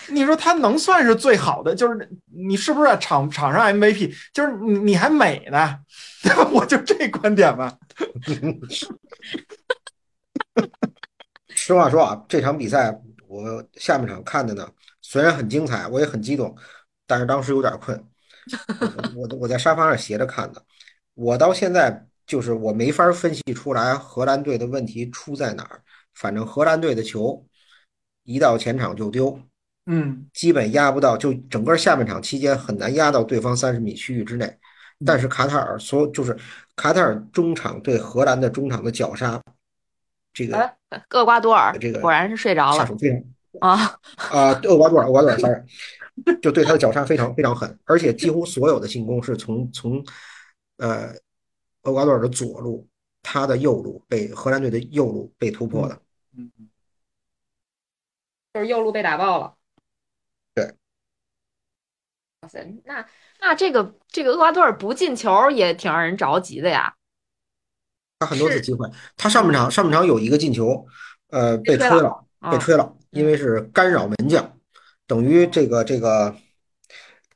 你说他能算是最好的，就是你是不是场场上 MVP？就是你你还美呢，对吧？ 我就这观点吧。实话说啊，这场比赛我下半场看的呢，虽然很精彩，我也很激动，但是当时有点困，我我我在沙发上斜着看的，我到现在就是我没法分析出来荷兰队的问题出在哪儿，反正荷兰队的球一到前场就丢，嗯基本压不到，就整个下半场期间很难压到对方三十米区域之内。但是卡塔尔所有就是卡塔尔中场对荷兰的中场的绞杀，这个哎， 厄瓜多尔这个果然是睡着下了手非常啊！啊，厄瓜多尔，厄瓜多尔，sorry，就对他的绞杀非常非常狠，而且几乎所有的进攻是从从呃厄瓜多尔的左路，他的右路被荷兰队的右路被突破的。嗯， 就是右路被打爆了。对。哇塞，那那这个这个厄瓜多尔不进球也挺让人着急的呀。他很多次是机会，他上半场上半场有一个进球，呃，被吹吹了了，啊被吹了，因为是干扰门将，等于这个这个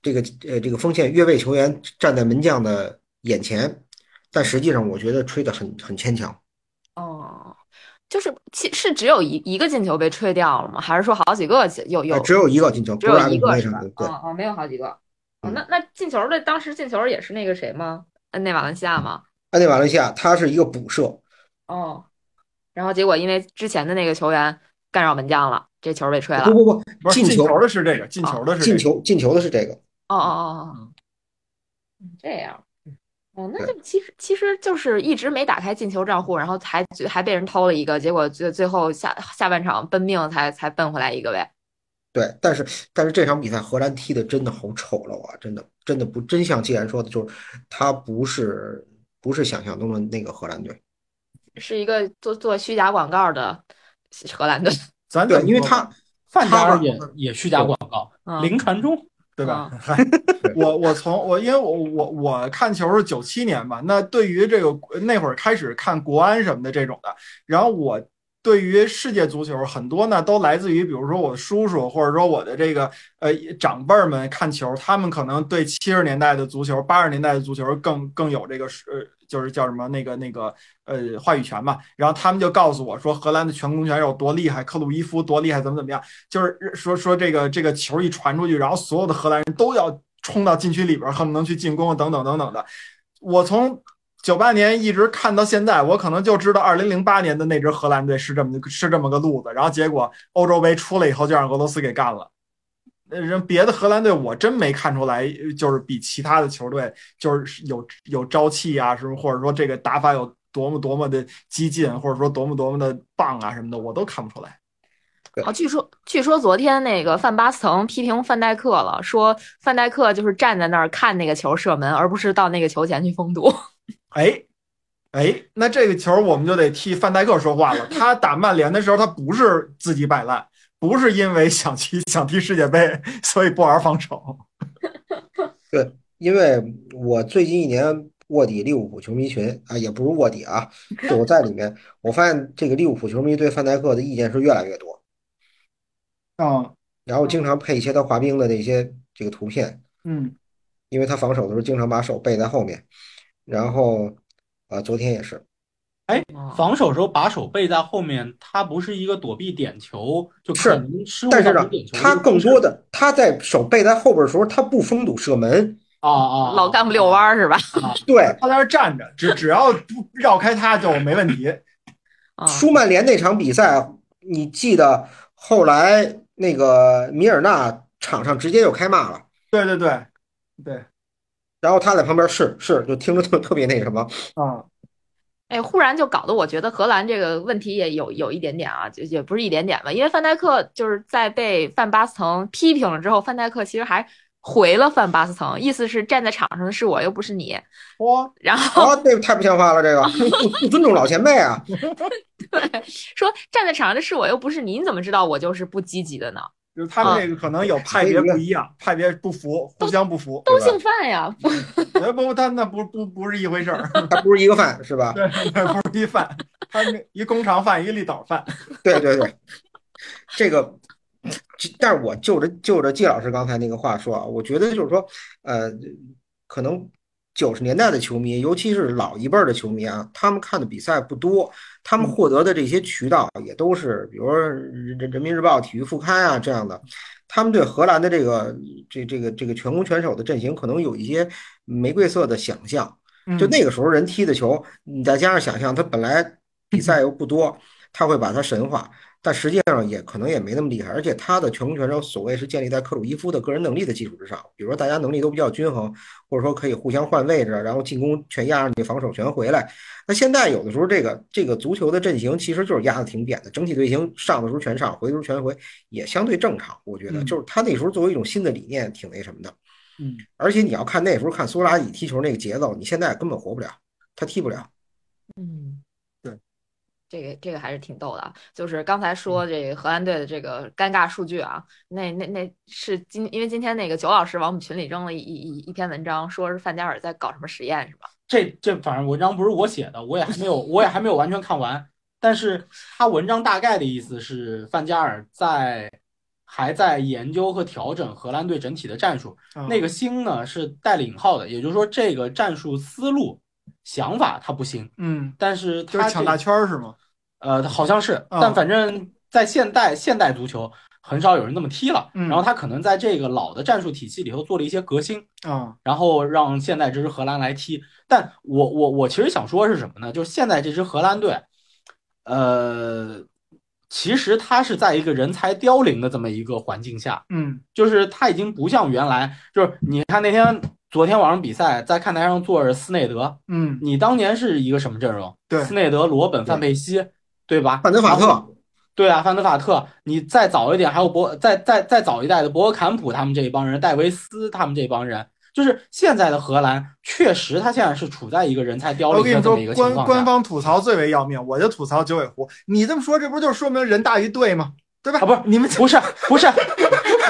这个呃这个锋线越位球员站在门将的眼前，但实际上我觉得吹得很很牵强。哦，就是其是只有一一个进球被吹掉了吗？还是说好几个进有有呃只有一个进球，只不有是阿根一廷个那是场吧球？对，哦哦，没有好几个。哦嗯，那那进球的当时进球也是那个谁吗？恩内瓦伦西亚吗？安内瓦伦西亚他是一个补射，哦，然后结果因为之前的那个球员干扰门将了，这球被吹了。不哦不不，不是进进球啊球的是这个，进球的是这进个。球进球的是这个，哦哦哦，嗯这样。哦，那对这其实其实就是一直没打开进球账户，然后还还被人偷了一个，结果最最后下下半场奔命才才奔回来一个呗。对，但是但是这场比赛荷兰踢的真的好丑陋啊，真的真的不真像季然说的，就是他不是不是想象中的那个荷兰队，是一个做做虚假广告的荷兰队，咱对怎，么因为说他范加尔他也也虚假广告，嗯，零传中，对吧？嗯嗨， 我我从我因为我我我看球是九七年嘛，那对于这个那会儿开始看国安什么的这种的，然后我对于世界足球很多呢都来自于比如说我的叔叔或者说我的这个呃长辈儿们看球，他们可能对七十年代的足球、八十年代的足球更更有这个呃就是叫什么那个那个呃话语权嘛，然后他们就告诉我说荷兰的全攻权有多厉害，克鲁伊夫多厉害，怎么怎么样。就是说说这个这个球一传出去，然后所有的荷兰人都要冲到禁区里边，恨不能去进攻啊等等等等的。我从九八年一直看到现在，我可能就知道二零零八年的那支荷兰队是这么是这么个路子，然后结果欧洲杯出来以后就让俄罗斯给干了。呃人别的荷兰队我真没看出来，就是比其他的球队就是有有朝气啊，什么或者说这个打法有多么多么的激进，或者说多么多么的棒啊什么的，我都看不出来。哦，据说据说昨天那个范巴斯滕批评范戴克了，说范戴克就是站在那儿看那个球射门，而不是到那个球前去封堵。哎，哎，那这个球我们就得替范戴克说话了。他打曼联的时候，他不是自己摆烂，不是因为想踢想踢世界杯，所以不玩防守。因为我最近一年卧底利物浦球迷群啊，也不是卧底啊，就我在里面，我发现这个利物浦球迷对范戴克的意见是越来越多，嗯然后经常配一些他滑冰的那些这个图片，嗯，因为他防守的时候经常把手背在后面，嗯然后啊，昨天也是，防守时候把手背在后面，他不是一个躲避点球，就可是能失误但是到呢点，球的一个方式。他更多的他在手背在后边的时候，他不封堵射门，啊啊， 老干部遛弯儿是吧？啊，对。他在那儿站着，只只要不绕开他就没问题。啊，舒曼联那场比赛，你记得后来那个米尔纳场上直接就开骂了，对对对对，然后他在旁边是是就听着特特别那 什么，嗯，哎，忽然就搞得我觉得荷兰这个问题也有有一点点啊，就也不是一点点吧，因为范戴克就是在被范巴斯滕批评了之后，范戴克其实还回了范巴斯滕，意思是站在场上的是我，又不是你。哇，然后啊，这太不像话 了，这个不不尊重老前辈啊！说站在场上的是我，又不是你，你怎么知道我就是不积极的呢？就是他们这个可能有派别不一样，派别不服，互相不服。啊都姓范呀，不哎不，他那不不不是一回事儿，他不是一个饭是吧？对，不是一饭，他那一工厂饭，一立岛饭。 对对对，这个，这但是我就着就着季老师刚才那个话说啊，我觉得就是说，呃，可能九十年代的球迷，尤其是老一辈儿的球迷啊，他们看的比赛不多，他们获得的这些渠道也都是，比如说人人人民日报、体育副刊啊这样的，他们对荷兰的这个这这个这个全攻全守的阵型，可能有一些玫瑰色的想象。嗯就那个时候人踢的球，你再加上想象，他本来比赛又不多，他会把它神化，但实际上也可能也没那么厉害。而且他的全攻全守所谓是建立在克鲁伊夫的个人能力的基础之上，比如说大家能力都比较均衡，或者说可以互相换位置，然后进攻全压着你，防守全回来。那现在有的时候这个这个足球的阵型其实就是压的挺扁的，整体队形上的时候全上，回的时候全回，也相对正常。我觉得嗯就是他那时候作为一种新的理念，挺那什么的。嗯，而且你要看那时候看苏拉底踢球那个节奏，你现在根本活不了，他踢不了。嗯，对，这个这个还是挺逗的啊。就是刚才嗯说这个荷兰队的这个尴尬数据啊，那那那是今因为今天那个九老师往我们群里扔了一一一篇文章，说是范加尔在搞什么实验是吧？这这反正文章不是我写的，我也还没有，我也还没有完全看完。但是他文章大概的意思是，范加尔在还在研究和调整荷兰队整体的战术。嗯那个星呢是带引号的，也就是说这个战术思路、想法他不行，嗯，但是他就是这抢大圈儿是吗？呃，好像是，嗯但反正在现代现代足球很少有人那么踢了。嗯然后他可能在这个老的战术体系里头做了一些革新，啊，然后让现在这支荷兰来踢。但我我我其实想说是什么呢？就是现在这支荷兰队，呃，其实它是在一个人才凋零的这么一个环境下，嗯就是它已经不像原来，就是你看那天昨天晚上比赛，在看台上坐着斯内德，嗯，你当年是一个什么阵容？对斯内德、罗本、范佩西，对吧？范德法然后特，对啊，范德法特，你再早一点，还有博，再再再早一代的博格坎普他们这一帮人，戴维斯他们这帮人，就是现在的荷兰，确实他现在是处在一个人才凋我零的这跟你说么一个，情官况官下。方吐槽最为要命，我就吐槽九尾狐。你这么说，这不就说明人大于队吗？对吧？啊不是你们不是不是，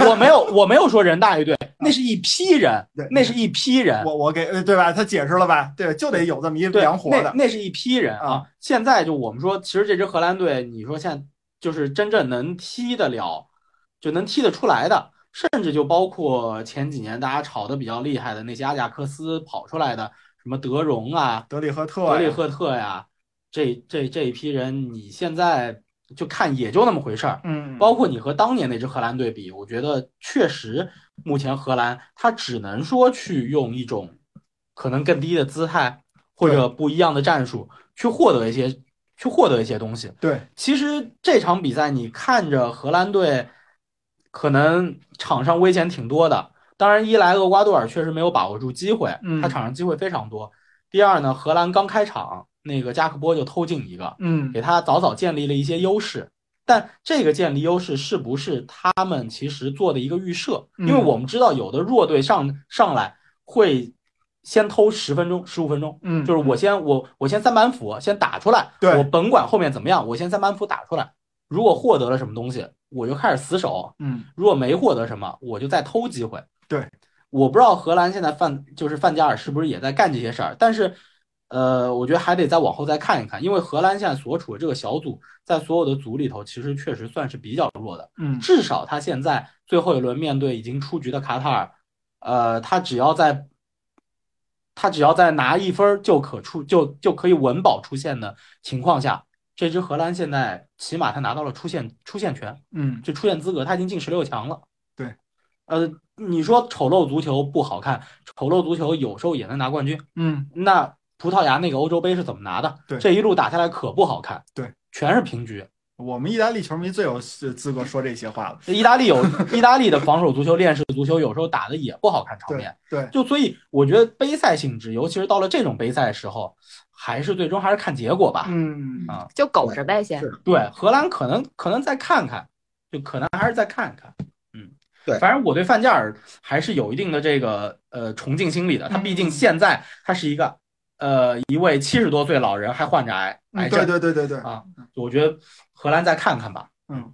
我没有我没有说人大于队，那是一批人对，那是一批 人，我我给呃对吧？他解释了吧？对，就得有这么一对，凉活的。那那是一批人啊。现在就我们说，其实这支荷兰队，你说现在就是真正能踢得了，就能踢得出来的，甚至就包括前几年大家炒得比较厉害的那些阿贾克斯跑出来的，什么德容啊、德里赫特呀，德里赫特呀、这这这一批人，你现在就看也就那么回事儿。嗯，包括你和当年那支荷兰队比，我觉得确实，目前荷兰他只能说去用一种可能更低的姿态或者不一样的战术去获得一些去获得一些东西。对，其实这场比赛你看着荷兰队，可能场上危险挺多的。当然，一来厄瓜多尔确实没有把握住机会嗯，他场上机会非常多。第二呢，荷兰刚开场，那个加克波就偷进一个，嗯给他早早建立了一些优势。但这个建立优势是不是他们其实做的一个预设？嗯因为我们知道有的弱队上上来会先偷十分钟、十五分钟，嗯，就是我先我我先三板斧先打出来，对我甭管后面怎么样，我先三板斧打出来。如果获得了什么东西，我就开始死守；嗯如果没获得什么，我就再偷机会。对，我不知道荷兰现在范就是范加尔是不是也在干这些事儿，但是，呃，我觉得还得再往后再看一看，因为荷兰现在所处的这个小组，在所有的组里头，其实确实算是比较弱的，嗯至少他现在最后一轮面对已经出局的卡塔尔，呃，他只要在。他只要在拿一分儿就可出就就可以稳保出线的情况下，这支荷兰现在起码他拿到了出线出线权，嗯就出线资格，他已经进十六强了。对，呃，你说丑陋足球不好看，丑陋足球有时候也能拿冠军。嗯，那葡萄牙那个欧洲杯是怎么拿的？对这一路打下来可不好看。对，全是平局。我们意大利球迷最有资资格说这些话了。意大利有意大利的防守足球、链式足球，有时候打的也不好看场对面。对，就所以我觉得杯赛性质，尤其是到了这种杯赛的时候，还是最终还是看结果吧。嗯啊就苟着呗先是。对，荷兰可能可能再看看，就可能还是再看看。嗯，对反正我对范加尔还是有一定的这个呃崇敬心理的。他毕竟现在他是一个呃一位七十多岁老人，还患着癌癌嗯，症对。对对对对，啊，我觉得荷兰再看看吧。嗯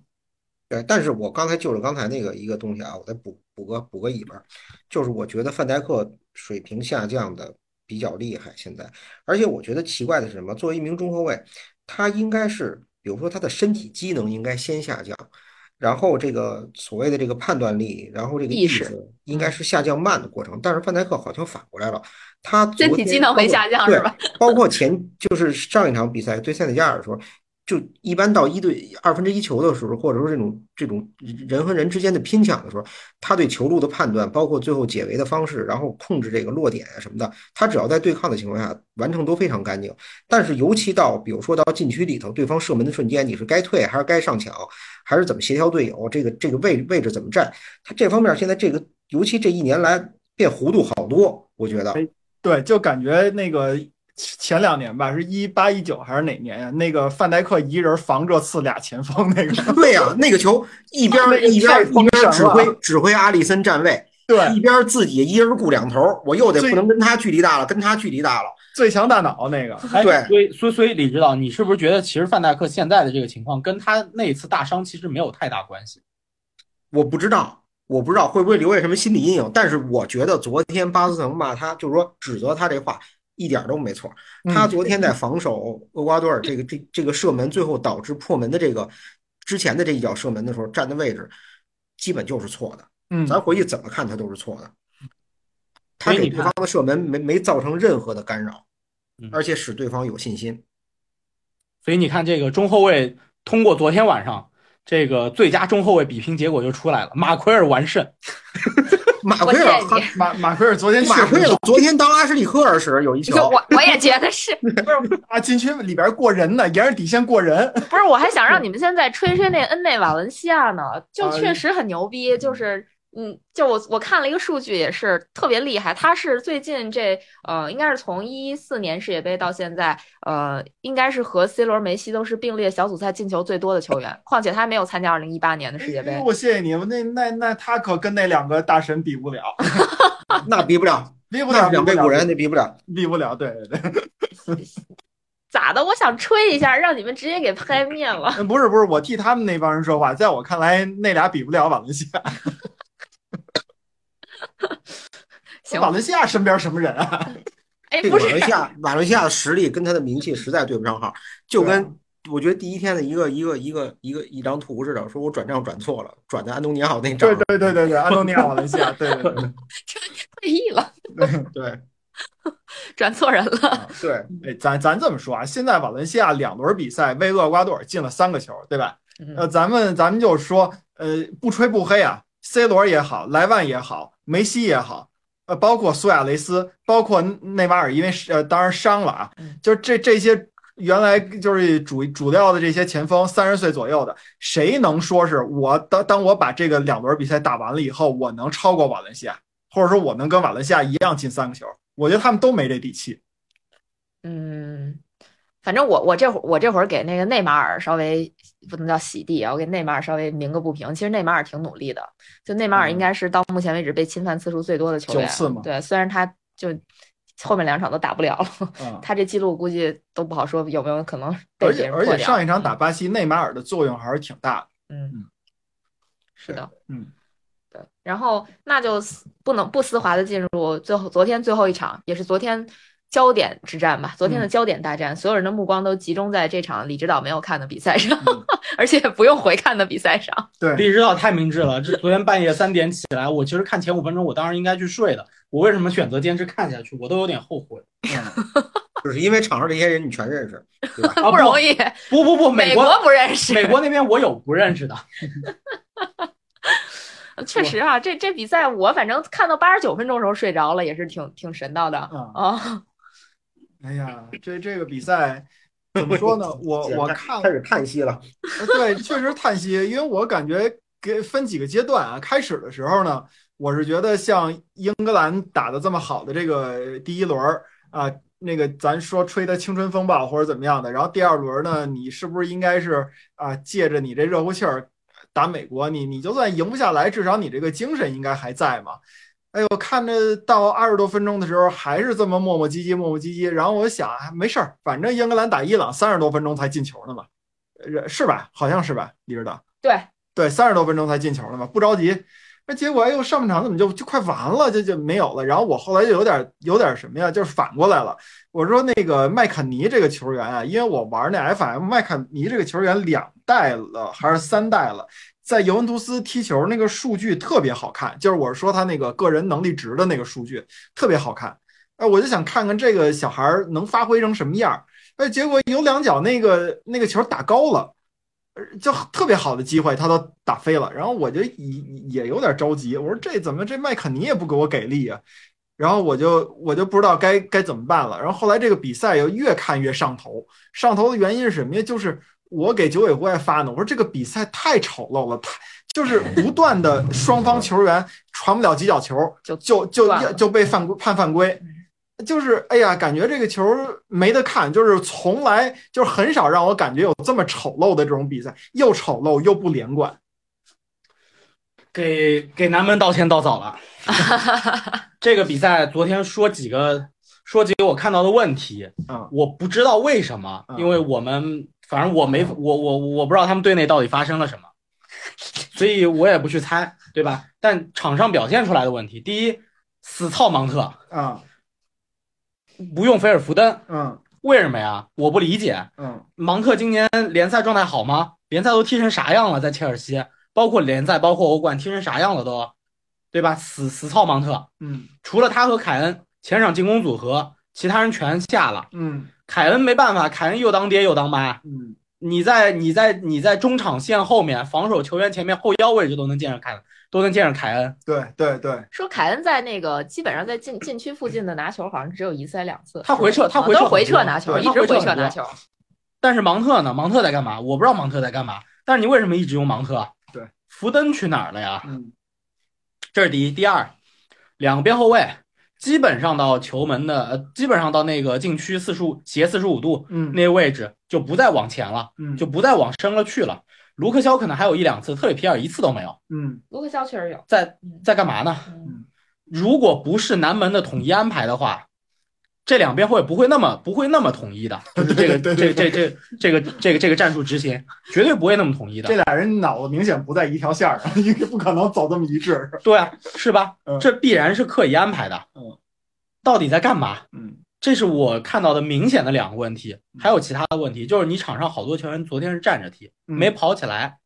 对，但是我刚才就着刚才那个一个东西啊，我再补补个补个尾巴，就是我觉得范戴克水平下降的比较厉害现在，而且我觉得奇怪的是什么？作为一名中后卫，他应该是，比如说他的身体机能应该先下降，然后这个所谓的这个判断力，然后这个意意识嗯识应该是下降慢的过程，但是范戴克好像反过来了，他身昨体天机能包没括下降对是吧？包括前就是上一场比赛对塞内加尔的时候，就一般到一对二分之一球的时候，或者说这种这种人和人之间的拼抢的时候，他对球路的判断，包括最后解围的方式，然后控制这个落点啊什么的，他只要在对抗的情况下完成都非常干净。但是尤其到比如说到禁区里头，对方射门的瞬间，你是该退还是该上抢，还是怎么协调队友，这个这个位位置怎么站，他这方面现在这个尤其这一年来变糊涂好多，我觉得。对，就感觉那个前两年吧，是一八一九还是哪年呀？那个范戴克一人防这次俩前锋那个， 对呀、啊那个球一边那个一边太一边封神指了挥指挥阿里森站位，对，一边自己一人顾两头，我又得最不能跟他距离大了，跟他距离大了。最强大脑那个，哎对所以所以所以李指导，你是不是觉得其实范戴克现在的这个情况跟他那次大伤其实没有太大关系？我不知道，我不知道会不会留下什么心理阴影，但是我觉得昨天巴斯滕骂他，就是说指责他这话一点儿都没错。嗯他昨天在防守厄瓜多尔这个这这个射门，最后导致破门的这个之前的这一脚射门的时候站的位置，基本就是错的。嗯，咱回去怎么看他都是错的。他所以你给对看方的射门没没造成任何的干扰嗯， 而且使对方有信心。所以你看，这个中后卫通过昨天晚上这个最佳中后卫比拼结果就出来了，马奎尔完胜。马我奎谢尔谢你。马马奎尔昨天去 马奎尔昨天当拉什利科尔时有一球，我我也觉得是，啊禁区里边过人呢，沿着底线过人。不是？我还想 让你们现在吹吹那恩内瓦伦西亚呢，就啊确实很牛逼，就是。嗯，就我我看了一个数据，也是特别厉害。他是最近这呃，应该是从一四年世界杯到现在，呃，应该是和 C 罗、梅西都是并列小组赛进球最多的球员。况且他还没有参加二零一八年的世界杯哎呦。我谢谢你，我那那那他可跟那两个大神比不 了，那比不了，比不那了，是两比倍不了古人，，那比不了。比不了。对对 对。咋的？我想吹一下，让你们直接给拍灭了。嗯不是不是，我替他们那帮人说话，在我看来，那俩比不了瓦伦西亚。行瓦伦西亚身边什么人啊？ 哎，这个不瓦是伦，西亚，瓦伦西亚的实力跟他的名气实在对不上号，就啊跟我觉得第一天的一个一个一个一个一张图似的，说我转账转错了，转的安东尼奥那张对。对 对对对，安东尼亚瓦伦西亚，对对对 退役了，对对转错人了。对。哎，咱咱这么说啊，现在瓦伦西亚两轮比赛为厄瓜多尔进了三个球，对吧？呃，嗯，咱们咱们就说，呃，不吹不黑啊，C 罗也好，莱万也好，梅西也好，呃，包括苏亚雷斯，包括内马尔，因为是呃，当然伤了啊嗯，就这这些原来就是主主料的这些前锋，三十岁左右的，谁能说是我当当我把这个两轮比赛打完了以后，我能超过瓦伦西亚，或者说我能跟瓦伦西亚一样进三个球？我觉得他们都没这底气。嗯，反正我我这会儿我这会儿给那个内马尔稍微不能叫洗地啊，我给内马尔稍微鸣个不平。其实内马尔挺努力的，就内马尔应该是到目前为止被侵犯次数最多的球员。嗯九次嘛对，虽然他就后面两场都打不了了，嗯，他这记录估计都不好说有没有可能被而别且人而破且掉。上一场打巴西，内马尔的作用还是挺大的。嗯嗯，是的，嗯，对。然后那就丝不能不丝滑的进入最后昨天最后一场，也是昨天焦点之战吧，昨天的嗯焦点大战，所有人的目光都集中在这场李指导没有看的比赛上，嗯 而且不用回看的比赛上。对，李指导太明智了，这昨天半夜三点起来，我其实看前五分钟，我当然应该去睡的，我为什么选择坚持看下去，我都有点后悔。嗯就是因为场上这些人你全认识，对吧？啊、不容易，不不不，美美国不认识，美国那边我有不认识的，确实啊，这这比赛我反正看到八十九分钟的时候睡着了，也是挺挺神到的嗯啊。哎呀，这这个比赛怎么说呢？我 我看开始叹息了，呃对，确实叹息，因为我感觉给分几个阶段啊。开始的时候呢，我是觉得像英格兰打的这么好的这个第一轮儿啊，那个咱说吹的青春风暴或者怎么样的，然后第二轮呢，你是不是应该是啊，借着你这热乎气儿打美国，你你就算赢不下来，至少你这个精神应该还在嘛。哎呦，看着到二十多分钟的时候，还是这么磨磨唧唧，磨磨唧唧。然后我想，哎没事儿，反正英格兰打伊朗三十多分钟才进球呢嘛，呃是吧？好像是吧，李指导。对，对，三十多分钟才进球了嘛，不着急。那结果哎呦，上半场怎么就就快完了，就就没有了。然后我后来就有点有点什么呀，就是反过来了。我说那个麦肯尼这个球员啊，因为我玩那 FM，麦肯尼这个球员两代了还是三代了，在尤文图斯踢球那个数据特别好看，就是我说他那个个人能力值的那个数据特别好看。哎，我就想看看这个小孩儿能发挥成什么样儿。哎，结果有两脚那个那个球打高了。就特别好的机会，他都打飞了。然后我就也也有点着急，我说这怎么这麦肯尼也不给我给力啊？然后我就我就不知道该该怎么办了。然后后来这个比赛又越看越上头，上头的原因是什么呀？就是我给九尾狐还发呢，我说这个比赛太丑陋了，太就是不断的双方球员传不了几脚球，就就就断了就被犯规判犯规。嗯就是哎呀，感觉这个球没得看，就是从来就是很少让我感觉有这么丑陋的这种比赛，又丑陋又不连贯。给给南门道歉道 早了。这个比赛昨天说几个说几个我看到的问题，嗯我不知道为什么，嗯因为我们反正我没我我我不知道他们队内到底发生了什么，所以我也不去猜，对吧？但场上表现出来的问题，第一，死操芒特啊，不用菲尔福登，嗯为什么呀？我不理解。嗯芒特今年联赛状态好吗？联赛都踢成啥样了？在切尔西，包括联赛，包括欧冠，踢成啥样了都，对吧？死死操芒特，嗯除了他和凯恩前场进攻组合，其他人全下了。嗯凯恩没办法，凯恩又当爹又当妈。嗯，你在你在你在中场线后面防守球员前面后腰位置都能见上凯，都能见上凯恩。对对对，说凯恩在那个基本上在禁禁区附近的拿球，好像只有一次还两次。他回撤他啊回都撤是回很多撤拿球，对一他直回撤回撤很多拿球。但是芒特呢？芒特在干嘛？我不知道芒特在干嘛。但是你为什么一直用芒特？对，福登去哪儿了呀？嗯这是第一，第二，两个边后卫基本上到球门的，呃，基本上到那个禁区四十五斜四十五度嗯那位置就不再往前了，嗯就不再往深了去了。卢克肖可能还有一两次，特里皮尔一次都没有。嗯卢克肖确实有，在在干嘛呢？嗯，如果不是南门的统一安排的话，这两边会不会那么不会那么统 一的？就是这个对这这对对这这这个这个这个战术执行绝对不会那么统一的这。俩人脑子明显不在一条线儿上， 应该不可能走这么一致。对啊，是吧嗯？这必然是刻意安排的。嗯，到底在干嘛？嗯这是我看到的明显的两个问题，嗯还有其他的问题，就是你场上好多球员昨天是站着踢，嗯没跑起来，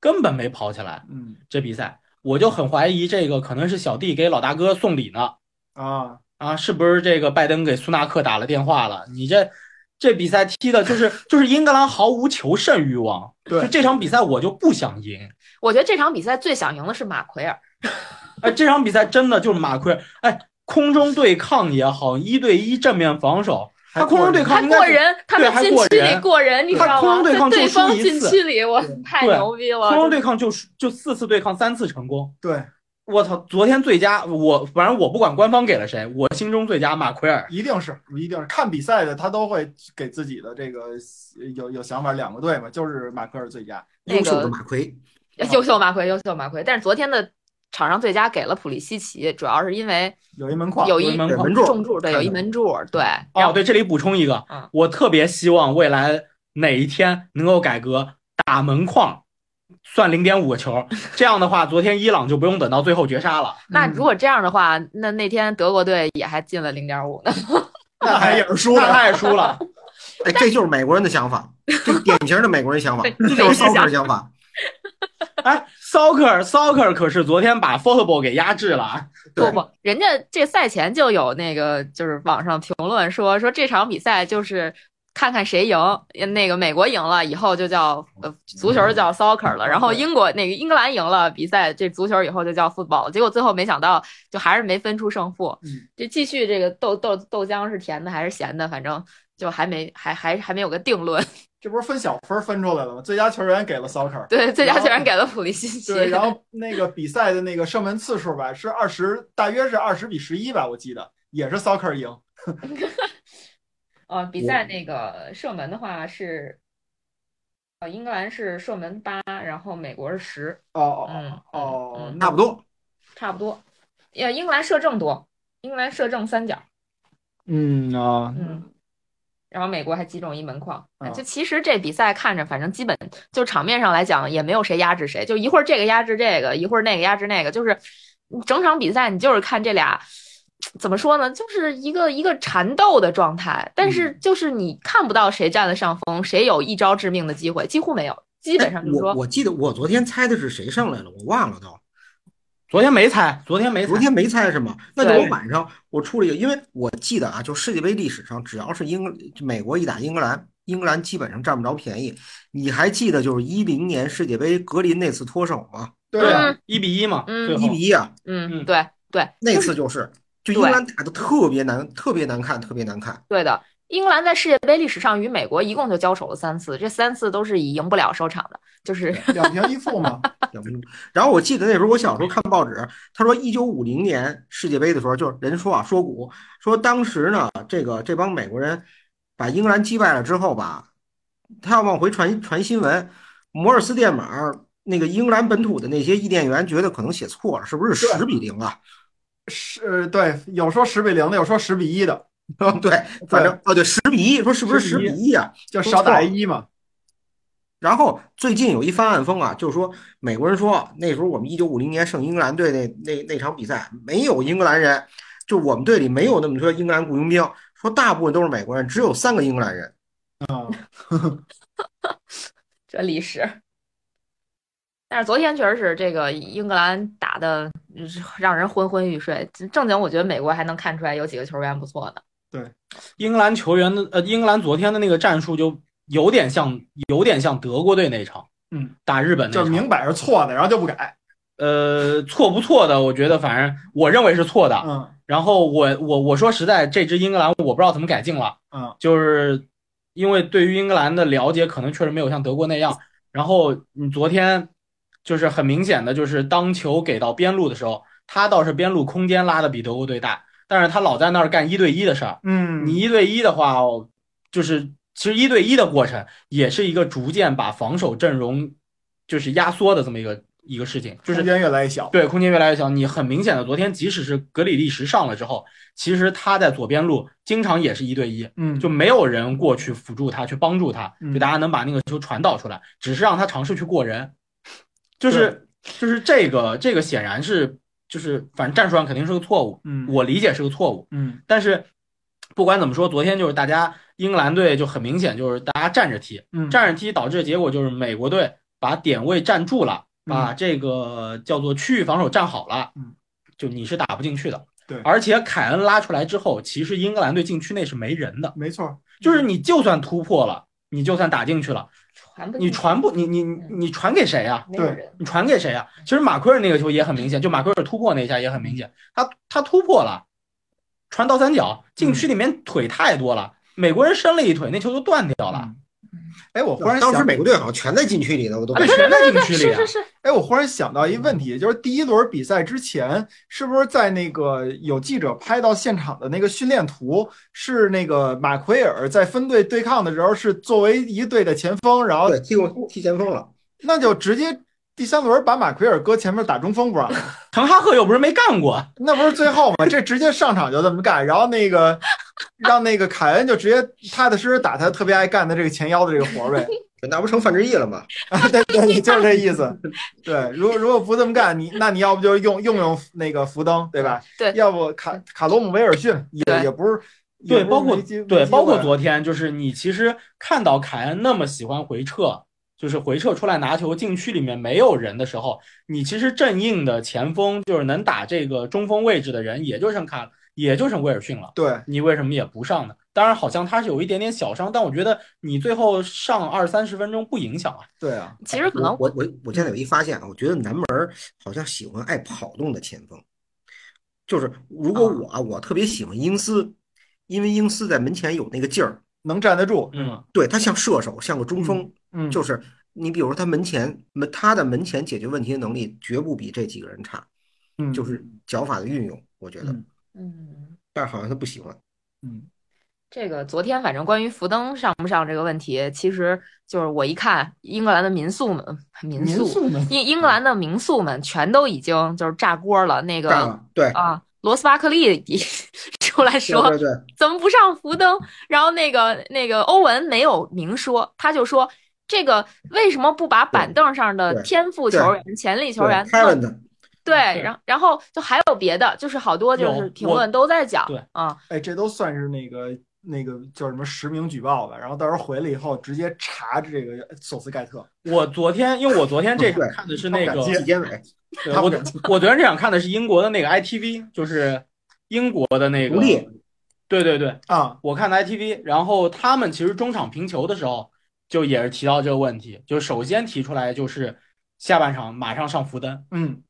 根本没跑起来。嗯这比赛我就很怀疑，这个可能是小弟给老大哥送礼呢。啊，啊，是不是这个拜登给苏纳克打了电话了？你这这比赛踢的就是就是英格兰毫无求胜欲望，对就这场比赛我就不想赢。我觉得这场比赛最想赢的是马奎尔，哎，这场比赛真的就是马奎尔，哎，空中对抗也好，一对一正面防守，他空中对他抗应过该是人，他在还禁过区里人过人，你知他道空吗？中对在抗就对输方一禁次区里，我对太对牛逼了！空中真对抗就是就四次对抗三次成功。对，我操，昨天最佳我反正我不管官方给了谁，我心中最佳马奎尔。一定是一定是看比赛的，他都会给自己的这个呃有有想法。两个队嘛，就是马奎尔最佳。那优秀个的马奎，优秀马奎，优秀马奎。但是昨天的场上最佳给了普利西奇，主要是因为有一门框，有有一一门对门柱中柱，对，有一门柱，对。然哦，后对，这里补充一个嗯，我特别希望未来哪一天能够改革打门框，算零点五个球。这样的话，昨天伊朗就不用等到最后绝杀了。那如果这样的话，那那天德国队也还进了零点五呢。那还也是输那的。太输了，哎，这就是美国人的 想法，这典型的美国人想法，这就是骚客想法。哎，soccer soccer 可是昨天把 football 给压制了啊！不对不，人家这赛前就有那个，就是网上评论说说这场比赛就是看看谁赢，那个美国赢了以后就叫呃足球就嗯叫 soccer 了，然后英国那个英格兰赢了比赛，这足球以后就叫 football 了。结果最后没想到就还是没分出胜负嗯，就继续这个豆豆豆浆是甜的还是咸的，反正就还没还还还没有个定论。这不是分小分分出来了吗？最佳球员给了 Soccer，对，最佳球员给了普利西奇， 对，然后那个比赛的那个射门次数吧，是二十，大约是二十比十一吧，我记得也是 Soccer 赢。呃，比赛那个射门的话是，呃，英格兰是射门八，然后美国是十，哦哦嗯哦哦嗯，那差不多，差不多。呃，英格兰射正多，英格兰射正三角，嗯啊，嗯，然后美国还击中一门框。啊就其实这比赛看着，反正基本就场面上来讲，也没有谁压制谁，就一会儿这个压制这个，一会儿那个压制那个，就是你整场比赛你就是看这俩。怎么说呢？就是一个一个缠斗的状态，但是就是你看不到谁占了上风，谁有一招致命的机会，几乎没有，基本上就是哎我说我记得我昨天猜的是谁上来了，我忘了都。昨天没猜，昨天没猜昨。天没猜是吗？那就对我晚上我出了一个，因为我记得啊，就世界杯历史上，只要是英美国一打英格兰，英格兰基本上占不着便宜。你还记得就是一零年世界杯格林那次脱手吗？对啊，嗯一比一嘛，嗯最后一比一啊，嗯，嗯对对，那就是次就是，对就英格兰打的特别难，特别难看，特别难看。对的，英格兰在世界杯历史上与美国一共就交手了三次，这三次都是以赢不了收场的，就是两平一负嘛。要不然后我记得那时候我小时候看报纸，他说一九五零年世界杯的时候，就是人说啊说古说当时呢，这个这帮美国人把英格兰击败了之后吧，他要往回传传新闻，摩尔斯电码那个英格兰本土的那些译电员觉得可能写错了，是不是对十比零啊？是，呃对，有说十比零的，有说十比一的， 对，反正哦对，十比一，说是不是十比一啊？就少打一嘛。然后最近有一翻案风啊，就是说美国人说啊那时候我们一九五零年胜英格兰队那那那场比赛没有英格兰人，就我们队里没有那么多英格兰雇佣兵，说大部分都是美国人，只有三个英格兰人。啊，这历史。 但是昨天确实是这个英格兰打的让人昏昏欲睡，正经我觉得美国还能看出来有几个球员不错的，英格兰球员的呃，英格兰昨天的那个战术就有点像，有点像德国队那场，嗯，打日本那就场。明摆是错的，然后就不改。呃，错不错的，我觉得反正我认为是错的。嗯然后我我我说实在，这支英格兰我不知道怎么改进了，嗯，就是因为对于英格兰的了解可能确实没有像德国那样。然后你昨天就是很明显的，就是当球给到边路的时候，他倒是边路空间拉的比德国队大，但是他老在那儿干一对一的事儿。嗯，你一对一的话，哦就是其实一对一的过程也是一个逐渐把防守阵容就是压缩的这么一个一个事情，就空是间越来越小。对空间越来越小。你很明显的，昨天即使是格里利什上了之后，其实他在左边路经常也是一对一，嗯，就没有人过去辅助他去帮助他，嗯就大家能把那个球传导出来，只是让他尝试去过人，就是就是这个这个显然是就是反正战术上肯定是个错误，嗯我理解是个错误。嗯但是不管怎么说，昨天就是大家英格兰队就很明显就是大家站着踢，嗯，站着踢导致的结果就是美国队把点位站住了，嗯把这个叫做区域防守站好了嗯，就你是打不进去的。对而且凯恩拉出来之后，其实英格兰队禁区内是没人的，没错，就是你就算突破了，你就算打进去了，传不进你传不你你你你传给谁呀、啊没有人，你传给谁呀、其实马奎尔那个球也很明显，就马奎尔突破那一下也很明显，他他突破了，传倒三角，禁区里面腿太多了，美国人伸了一腿，那球就断掉了，哎，我忽然当时想美国队好像全在禁区里呢，我都啊对，全在禁区里是啊是。是，哎，我忽然想到一个问题，就是第一轮比赛之前，是不是在那个有记者拍到现场的那个训练图，是那个马奎尔在分队对抗的时候，是作为一队的前锋，然后对踢过踢前锋了。那就直接第三轮把马奎尔搁前面打中锋不让打，滕哈赫又不是没干过，那不是最后吗？这直接上场就这么干，然后 那个让那个凯恩就直接踏踏实实打他特别爱干的这个前腰的这个活儿呗。那不成范志毅了吗？啊，对对， 对，就是这意思。对，如果如果不这么干，你那你要不就用用用那个福登，对吧？对要不卡卡罗姆威尔逊也对也不是，也对，不是包括没机没对，机包括会昨天，就是你其实看到凯恩那么喜欢回撤，就是回撤出来拿球，禁区里面没有人的时候，你其实正印的前锋就是能打这个中锋位置的人，也就剩卡，也就剩威尔逊了。对，你为什么也不上呢？当然，好像他是有一点点小伤，但我觉得你最后上二三十分钟不影响啊。对啊，其实可我能我我我现在有一发现啊，我觉得南门儿好像喜欢爱跑动的前锋，就是如果我啊，我特别喜欢英斯，因为英斯在门前有那个劲儿，能站得住，嗯，对他像射手，像个中锋，嗯，就是你比如说他门前门他的门前解决问题的能力绝不比这几个人差，嗯就是脚法的运用，我觉得嗯，嗯。但是好像他不喜欢。嗯这个昨天反正关于福登上不上这个问题，其实就是我一看英格兰的民宿们，民宿宿呢？英英格兰的民宿们全都已经就是炸锅了。那干个了，对啊，罗斯巴克利 出来对说对对，怎么不上福登，然后那个那个欧文没有明说，他就说这个为什么不把板凳上的对天赋球员、潜力球员对凯文的对，对然后然后就还有别的，就是好多就有是评我论都在讲对啊，哎，这都算是那个那个叫什么实名举报吧，然后到时候回来以后直接查这个索斯盖特，我昨天因为我昨天这场对看的是那他个不敢接纪监委对他我不敢我昨天这场看的是英国的那个 ITV，就是英国的那个独立，对对对，啊，我看的 ITV，然后他们其实中场评球的时候就也是提到这个问题，就首先提出来就是下半场马上上福登，嗯，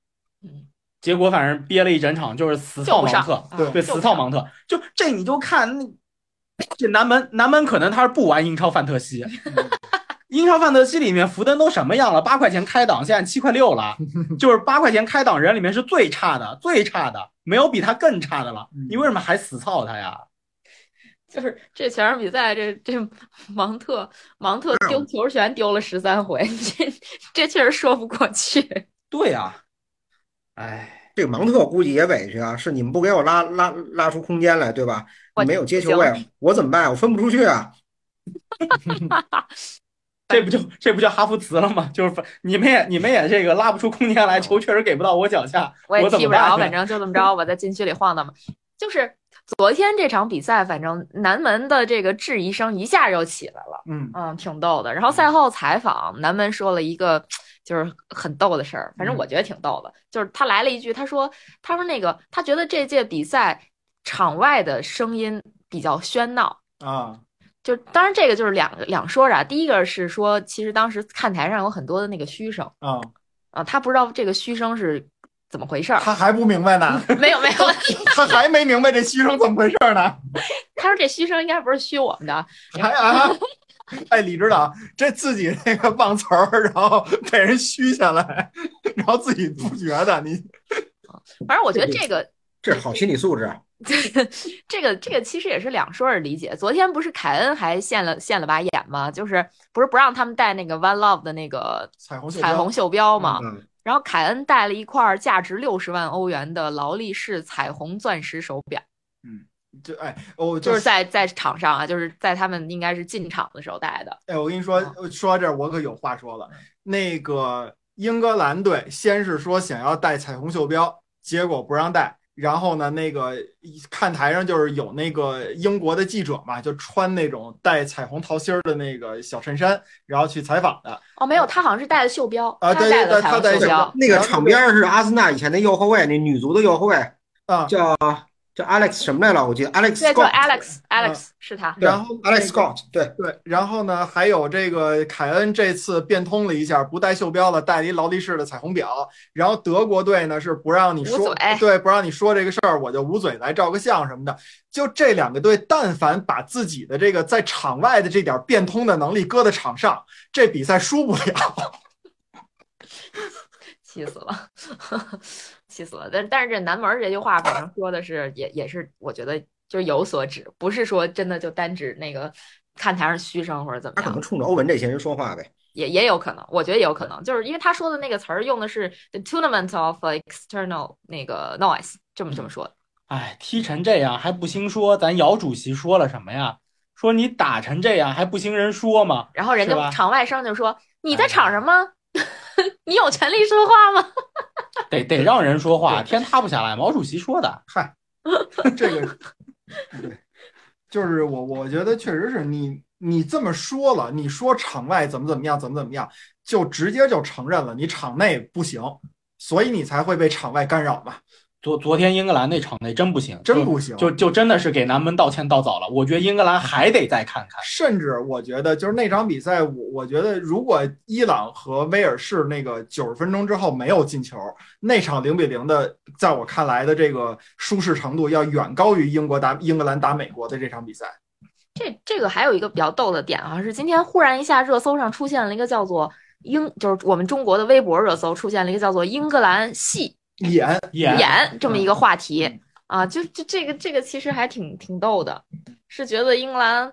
结果反正憋了一整场就是死就操不芒上特，，啊对对，就死不操上芒特，就这你就看那这南门南门可能他是不玩英超范特 西，英超范特西里面福登都什么样了？八块钱开档，现在七块 六了，就是八块钱开档人里面是最差的，最差的，没有比他更差的了嗯，你为什么还死操他呀？就是这全场比赛，这这芒特芒特丢球全丢了十三回，这这确实说不过去。对啊呀、哎。这个芒特估计也委屈啊，是你们不给我拉拉拉出空间来，对吧？我没有接球位，我怎么办？我分不出去啊。哎这不就这不叫哈弗茨了吗？就是反你们也你们也这个拉不出空间来，球确实给不到我脚下，哦我也怎踢么不着，办？反 正就这么着，我在禁区里晃荡嘛。就是昨天这场比赛，反正南门的这个质疑声一下就起来了，嗯嗯，挺逗的。然后赛后采访，南门说了一个就是很逗的事儿，嗯反正我觉得挺逗的，就是他来了一句，他说他说那个他觉得这届比赛场外的声音比较喧闹。啊，就当然这个就是两个两说着啊，第一个是说，其实当时看台上有很多的那个嘘声啊，啊，他不知道这个嘘声是怎么回事儿， 他还不明白呢，没有没有，他还没明白这嘘声怎么回事呢，他说这嘘声应该不是嘘我们的，还啊。哎，李指导，这自己那个忘词儿，然后被人嘘下来，然后自己不觉得你反正我觉得这个 这是好心理素质啊。这个这个其实也是两说着理解。昨天不是凯恩还现了现了把眼吗？就是不是不让他们戴那个 One Love 的那个彩虹袖彩虹标袖标吗？嗯，然后凯恩戴了一块价值六十万欧元的劳力士彩虹钻石手表，就哎，我就是在在场上啊，就是在他们应该是进场的时候戴的。哎，我跟你说啊，说到这儿我可有话说了。那个英格兰队先是说想要戴彩虹袖标，结果不让戴。然后呢，那个看台上就是有那个英国的记者嘛，就穿那种带彩虹桃心儿的那个小衬衫，然后去采访的。哦，没有，他好像是戴的袖标，嗯啊他对戴的对彩他虹戴袖袖标标。那个场边儿是阿森纳以前的右后卫，那女足的右后卫啊叫叫 Alex 什么来了？我记得 Alex 对，就 Scott， Alex，Alex、是嗯他。对然后 Alex Scott，对，对，然后呢，还有这个凯恩这次变通了一下，不戴袖标了，戴了一劳力士的彩虹表。然后德国队呢是不让你捂说嘴，对，不让你说这个事儿，我就捂嘴来照个相什么的。就这两个队，但凡把自己的这个在场外的这点变通的能力搁在场上，这比赛输不了。气死了， 气死了！但但是这南门儿这句话，反正说的是也也是，我觉得就是有所指，不是说真的就单指那个看台上嘘声或者怎么他可样能，冲着欧文这些人说话呗。也也有可能，我觉得也有可能，就是因为他说的那个词儿用的是 the tournament of external 那个 noise，这嗯么这么说的。哎，踢成这样还不兴说，咱姚主席说了什么呀？说你打成这样还不兴人说吗？然后人是家吧场外声就说：“你哎在场上吗？ 你有权利说话吗 得得让人说话，天塌不下来。毛主席说的，嗨，这个，对，就是我，我觉得确实是你，你这么说了，你说场外怎么怎么样，怎么怎么样，就直接就承认了你场内不行，所以你才会被场外干扰嘛，昨昨天英格兰那场那真不行，真不行。就就就真的是给南门道歉道早了。我觉得英格兰还得再看看。甚至我觉得，就是那场比赛，我我觉得，如果伊朗和威尔士那个九十分钟之后没有进球，那场零比零的，在我看来的这个舒适程度要远高于英国打英格兰打美国的这场比赛。？”这这个还有一个比较逗的点啊，是今天忽然一下热搜上出现了一个叫做英，就是我们中国的微博热搜出现了一个叫做英格兰系演演演这么一个话题嗯啊，就就这个这个其实还挺挺逗的，是觉得英格兰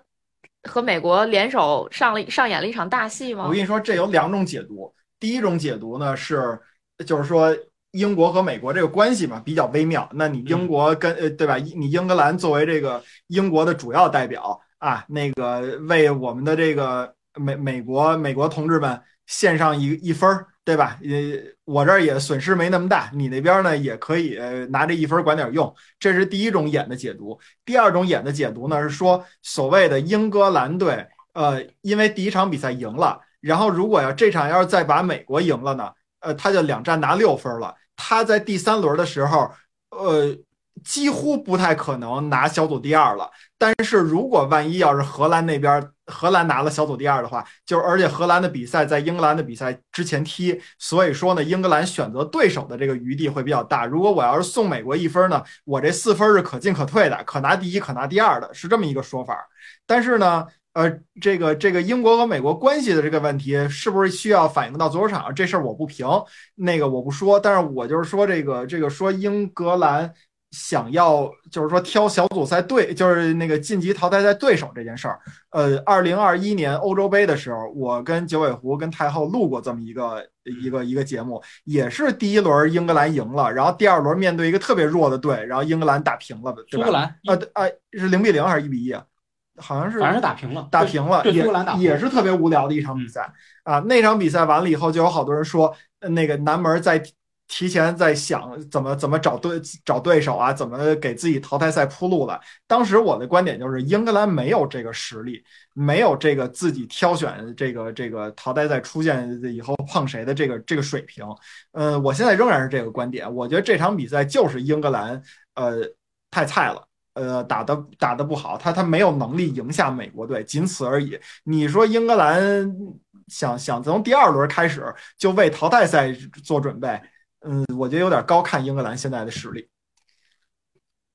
和美国联手上了上演了一场大戏我吗跟？你说，这有两种解读。第一种解读呢是，就是说英国和美国这个关系嘛比较微妙。那你英国跟呃对吧？你英格兰作为这个英国的主要代表啊，那个为我们的这个美美国美国同志们献上一一分儿，对吧？呃，我这儿也损失没那么大，你那边儿呢也可以呃拿这一分儿管点儿用。这是第一种演的解读。第二种演的解读呢是说，所谓的英格兰队，呃，因为第一场比赛赢了，然后如果要这场要是再把美国赢了呢，呃，他就两战拿六分了。他在第三轮的时候，呃，几乎不太可能拿小组第二了。但是如果万一要是荷兰那边儿荷兰拿了小组第二的话，就是而且荷兰的比赛在英格兰的比赛之前踢，所以说呢，英格兰选择对手的这个余地会比较大。如果我要是送美国一分呢，我这四分是可进可退的，可拿第一可拿第二的，是这么一个说法。但是呢，呃，这个这个英国和美国关系的这个问题，是不是需要反映到足球场上？这事儿我不评，那个我不说，但是我就是说这个这个说英格兰想要就是说挑小组赛对，就是那个晋级淘汰赛对手这件事儿。呃，二零二一年欧洲杯的时候，我跟九尾狐跟太后录过这么一个一个一个节目，也是第一轮英格兰赢了，然后第二轮面对一个特别弱的队，然后英格兰打平了，对苏吧？格兰，啊，对啊，是零比零还是一比一啊？好像是反正是打平了，打平了，对对也苏格兰打平嗯也是特别无聊的一场比赛啊。那场比赛完了以后，就有好多人说，呃那个南门在提前在想怎么怎么找对找对手啊，怎么给自己淘汰赛铺路了。当时我的观点就是，英格兰没有这个实力，没有这个自己挑选这个这个淘汰赛出现以后碰谁的这个这个水平。呃，我现在仍然是这个观点，我觉得这场比赛就是英格兰呃太菜了。呃，打的打的不好，他他没有能力赢下美国队，仅此而已。你说英格兰想想从第二轮开始就为淘汰赛做准备，嗯，我觉得有点高看英格兰现在的实力。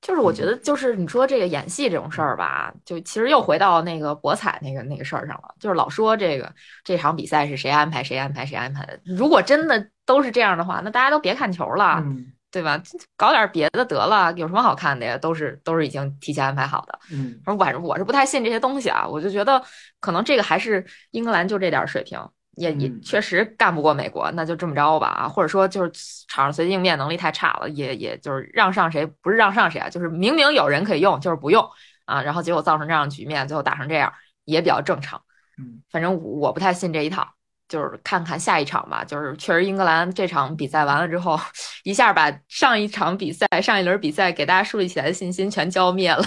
就是我觉得，就是你说这个演戏这种事儿吧，就其实又回到那个博彩那个那个事儿上了。就是老说这个这场比赛是谁安排谁安排谁安排的。如果真的都是这样的话，那大家都别看球啊了，嗯对吧？搞点别的得了，有什么好看的呀？都是都是已经提前安排好的。嗯，反正反正我是不太信这些东西啊，我就觉得可能这个还是英格兰就这点儿水平，也也嗯确实干不过美国，那就这么着吧啊，或者说就是场上随机应变能力太差了，也也就是让上谁不是让上谁啊，就是明明有人可以用，就是不用啊，然后结果造成这样的局面，最后打成这样也比较正常嗯。反正我不太信这一套。就是看看下一场吧，就是确实英格兰这场比赛完了之后， 一下把上一场比赛、上一轮比赛给大家树立起来的信心全浇灭了。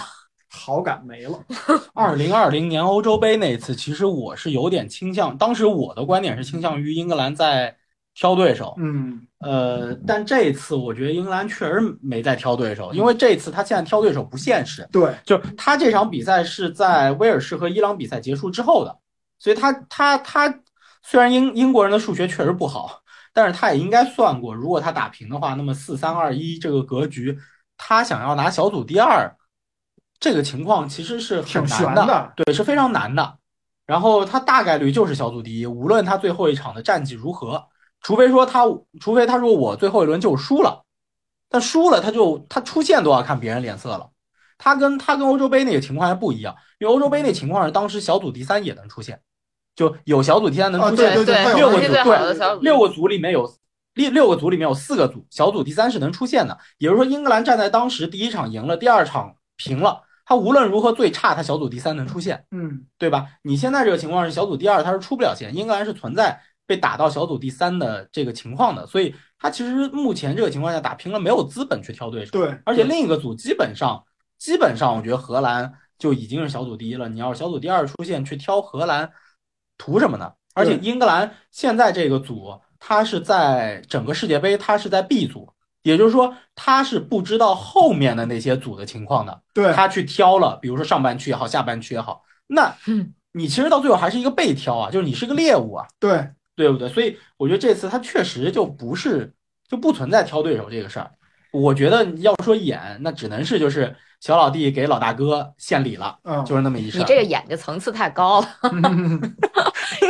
好感没 了。二零二零年欧洲杯那次，其实我是有点倾向，当时我的观点是倾向于英格兰在挑对手，嗯呃，但这一次我觉得英格兰确实没在挑对手，因为这次他现在挑对手不现实，，对，就是他这场比赛是在威尔士和伊朗比赛结束之后的，所以他他他虽然英英国人的数学确实不好，但是他也应该算过，如果他打平的话，那么四三二一这个格局，他想要拿小组第二，这个情况其实是很挺悬难的。对，是非常难的。然后他大概率就是小组第一，无论他最后一场的战绩如何，除非说他，除非他说我最后一轮就输了，但输了他就他出线都要看别人脸色了。他跟他跟欧洲杯那个情况还不一样，因为欧洲杯那情况是当时小组第三也能出线，就有小组第三能啊出对线，对对对，会有我问是题最好对的小组六个组里面有六六个组里面有四个组小组第三是能出现的，也就是说英格兰站在当时第一场赢了，第二场平了，他无论如何最差他小组第三能出现，嗯，对吧？你现在这个情况是小组第二他是出不了线，英格兰是存在被打到小组第三的这个情况的，所以他其实目前这个情况下打平了没有资本去挑对手，对，而且另一个组基本上基本上我觉得荷兰就已经是小组第一了，你要是小组第二出现去挑荷兰，图什么呢？而且对英格兰现在这个组，它是在整个世界杯，它是在 B 组，也就是说，它是不知道后面的那些组的情况的。对， 他去挑了，比如说上半区也好，下半区也好，那嗯你其实到最后还是一个被挑啊，就是你是个猎物啊，对，对不对？所以我觉得这次他确实就不是就不存在挑对手这个事儿。我觉得要说演，那只能是就是小老弟给老大哥献礼了，嗯， 就是那么一事你儿。这个演的层次太高了。 嗯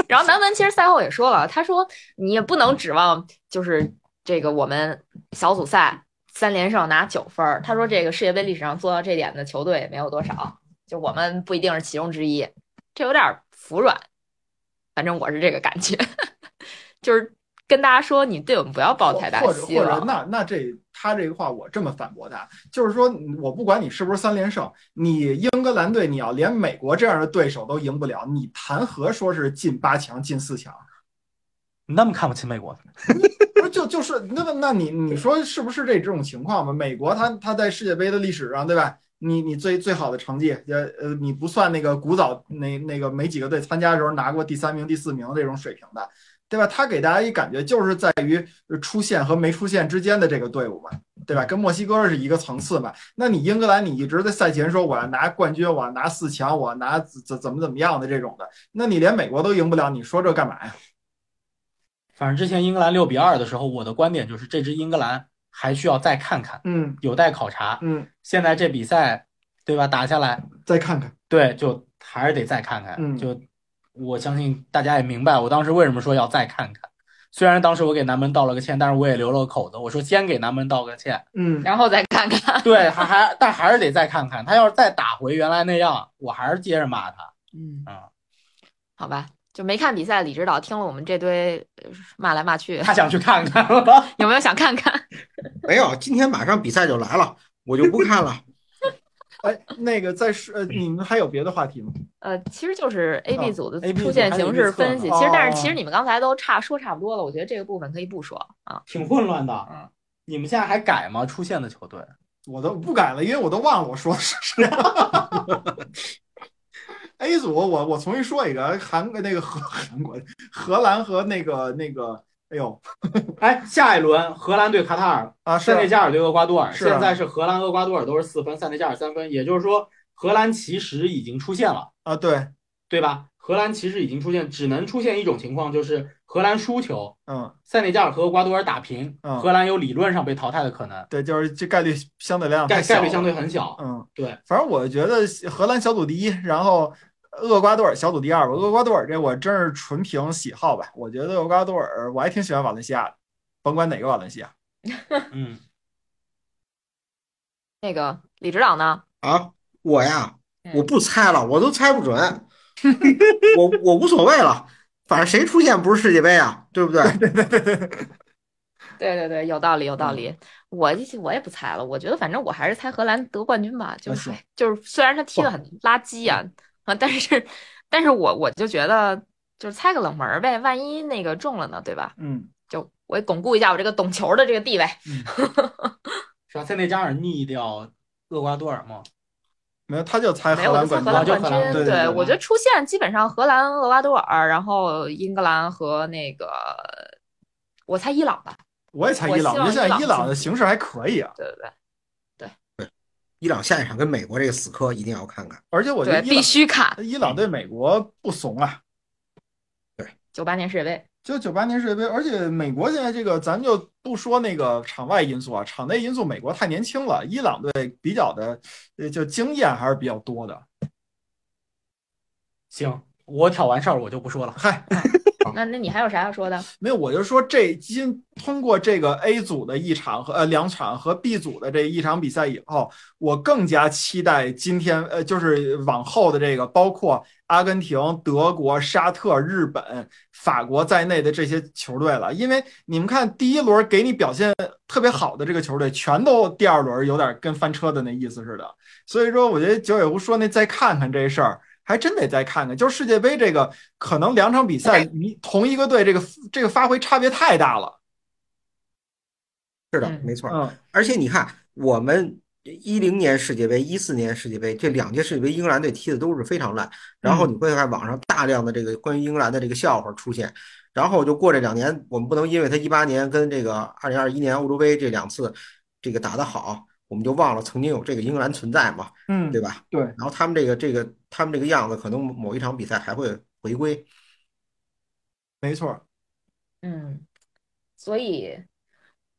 然后南文其实赛后也说了，他说你也不能指望就是这个我们小组赛三连胜拿九分儿。他说这个世界杯历史上做到这点的球队也没有多少，就我们不一定是其中之一，这有点儿服软。反正我是这个感觉， 就是跟大家说，你对我们不要抱太大或者希或者望。那那这他这个话我这么反驳他，就是说我不管你是不是三连胜，你英格兰队你要连美国这样的对手都赢不了，你谈何说是进八强、进四强？你那么看不起美国，不是就就是那么那你你说是不是这这种情况吧？美国他他在世界杯的历史上，对吧？你你最最好的成绩，呃呃，你不算那个古早那那个没几个队参加的时候拿过第三名、第四名这种水平的，对吧？他给大家一感觉就是在于出现和没出现之间的这个队伍嘛，对吧？跟墨西哥是一个层次嘛。那你英格兰，你一直在赛前说我要拿冠军，我要拿四强，我要拿怎怎怎么怎么样的这种的，那你连美国都赢不了，你说这干嘛呀？反正之前英格兰六比二的时候，我的观点就是这支英格兰还需要再看看，嗯有待考察。嗯，现在这比赛，对吧？打下来，再看看，对，就还是得再看看。嗯就我相信大家也明白，我当时为什么说要再看看。虽然当时我给南门道了个歉，但是我也留了个口子，我说先给南门道个歉，嗯。然后再看看，对，还还但还是得再看看。他要是再打回原来那样，我还是接着骂 他。嗯啊，好吧，就没看比赛。李指导听了我们这堆呃骂来骂去，他想去看看了，有没有想看看？没有，今天马上比赛就来了，我就不看了。哎，那个再说，呃，你们还有别的话题吗？ 呃，其实就是 A、B 哦组的 AB 出组现还有形预式测分析。呢其实，但哦是其实你们刚才都差说差不多了，我觉得这个部分可以不说啊。 挺混乱的。嗯你们现在还改吗？出现的球队，我都不改了，因为我都忘了我说的是谁。A 组，我我重新说一个，韩那个荷韩国荷兰和那个那个哎呦哎，下一轮荷兰对卡塔尔，啊，是塞内加尔对厄瓜多尔，是啊现在是荷兰、厄瓜多尔都是四分，塞内加尔三分，也就是说荷兰其实已经出现了，啊，对，对吧？荷兰其实已经出现，只能出现一种情况，就是荷兰输球，嗯，塞内加尔和厄瓜多尔打平，嗯荷兰有理论上被淘汰的可能，对，就是这概率相对来讲概太概啊小率相对了，很小。嗯，对，反正我觉得荷兰小组第一，然后厄瓜多尔小组第二吧。厄瓜多尔这我真是纯凭喜好吧，我觉得厄瓜多尔我还挺喜欢瓦伦西亚的，甭管哪个瓦伦西亚。嗯，那个李指导呢？啊，我呀嗯，我不猜了，我都猜不准， 我我无所谓了，反正谁出现不是世界杯啊，对不对？对对对，有道理，有道理。我我也不猜了，我觉得反正我还是猜荷兰得冠军吧。就是那行就是，虽然他踢得很垃圾啊啊，但是但是我我就觉得就是猜个冷门儿呗，万一那个中了呢，对吧？嗯，就我也巩固一下我这个懂球的这个地位。是吧？塞内加尔逆掉厄瓜多尔嘛？没有，他就猜没有，我荷兰就猜荷冠军。兰就冠荷军。兰对对对我觉得出线基本上荷兰、厄瓜多尔，然后英格兰和那个，我猜伊朗吧。我也猜伊朗，我我觉希望伊得现在朗伊朗晋的级形势还可以啊，对对对，伊朗下一场跟美国这个死磕一定要看看，而且我觉对得伊必朗须看伊朗对美国不怂啊。九八年世界杯。就九八年世界杯，而且美国现在这个，咱们就不说那个场外因素啊，场内因素，美国太年轻了，伊朗队比较的，呃，就经验还是比较多的。行，我挑完事儿我就不说了。嗨，那那你还有啥要说的？没有，我就说这今通过这个 A 组的一场和呃两场和 B 组的这一场比赛以后，我更加期待今天呃就是往后的这个包括阿根廷、德国、沙特、日本、法国在内的这些球队了，因为你们看第一轮给你表现特别好的这个球队，全都第二轮有点跟翻车的那意思似的。所以说，我觉得九尾狐说那再看看这事儿，还真得再看看。就是世界杯这个，可能两场比赛你同一个队这个这个发挥差别太大了。是的，嗯没错。嗯，而且你看，我们一零年世界杯、一四年世界杯这两届世界杯，英格兰队踢的都是非常烂。嗯然后你会看网上大量的这个关于英格兰的这个笑话出现。然后就过这两年，我们不能因为他一八年跟这个二零二一年欧洲杯这两次这个打得好，我们就忘了曾经有这个英格兰存在嘛，嗯对，吧？对然后他们这个这个他们这个样子，可能某一场比赛还会回归。没错。嗯，所以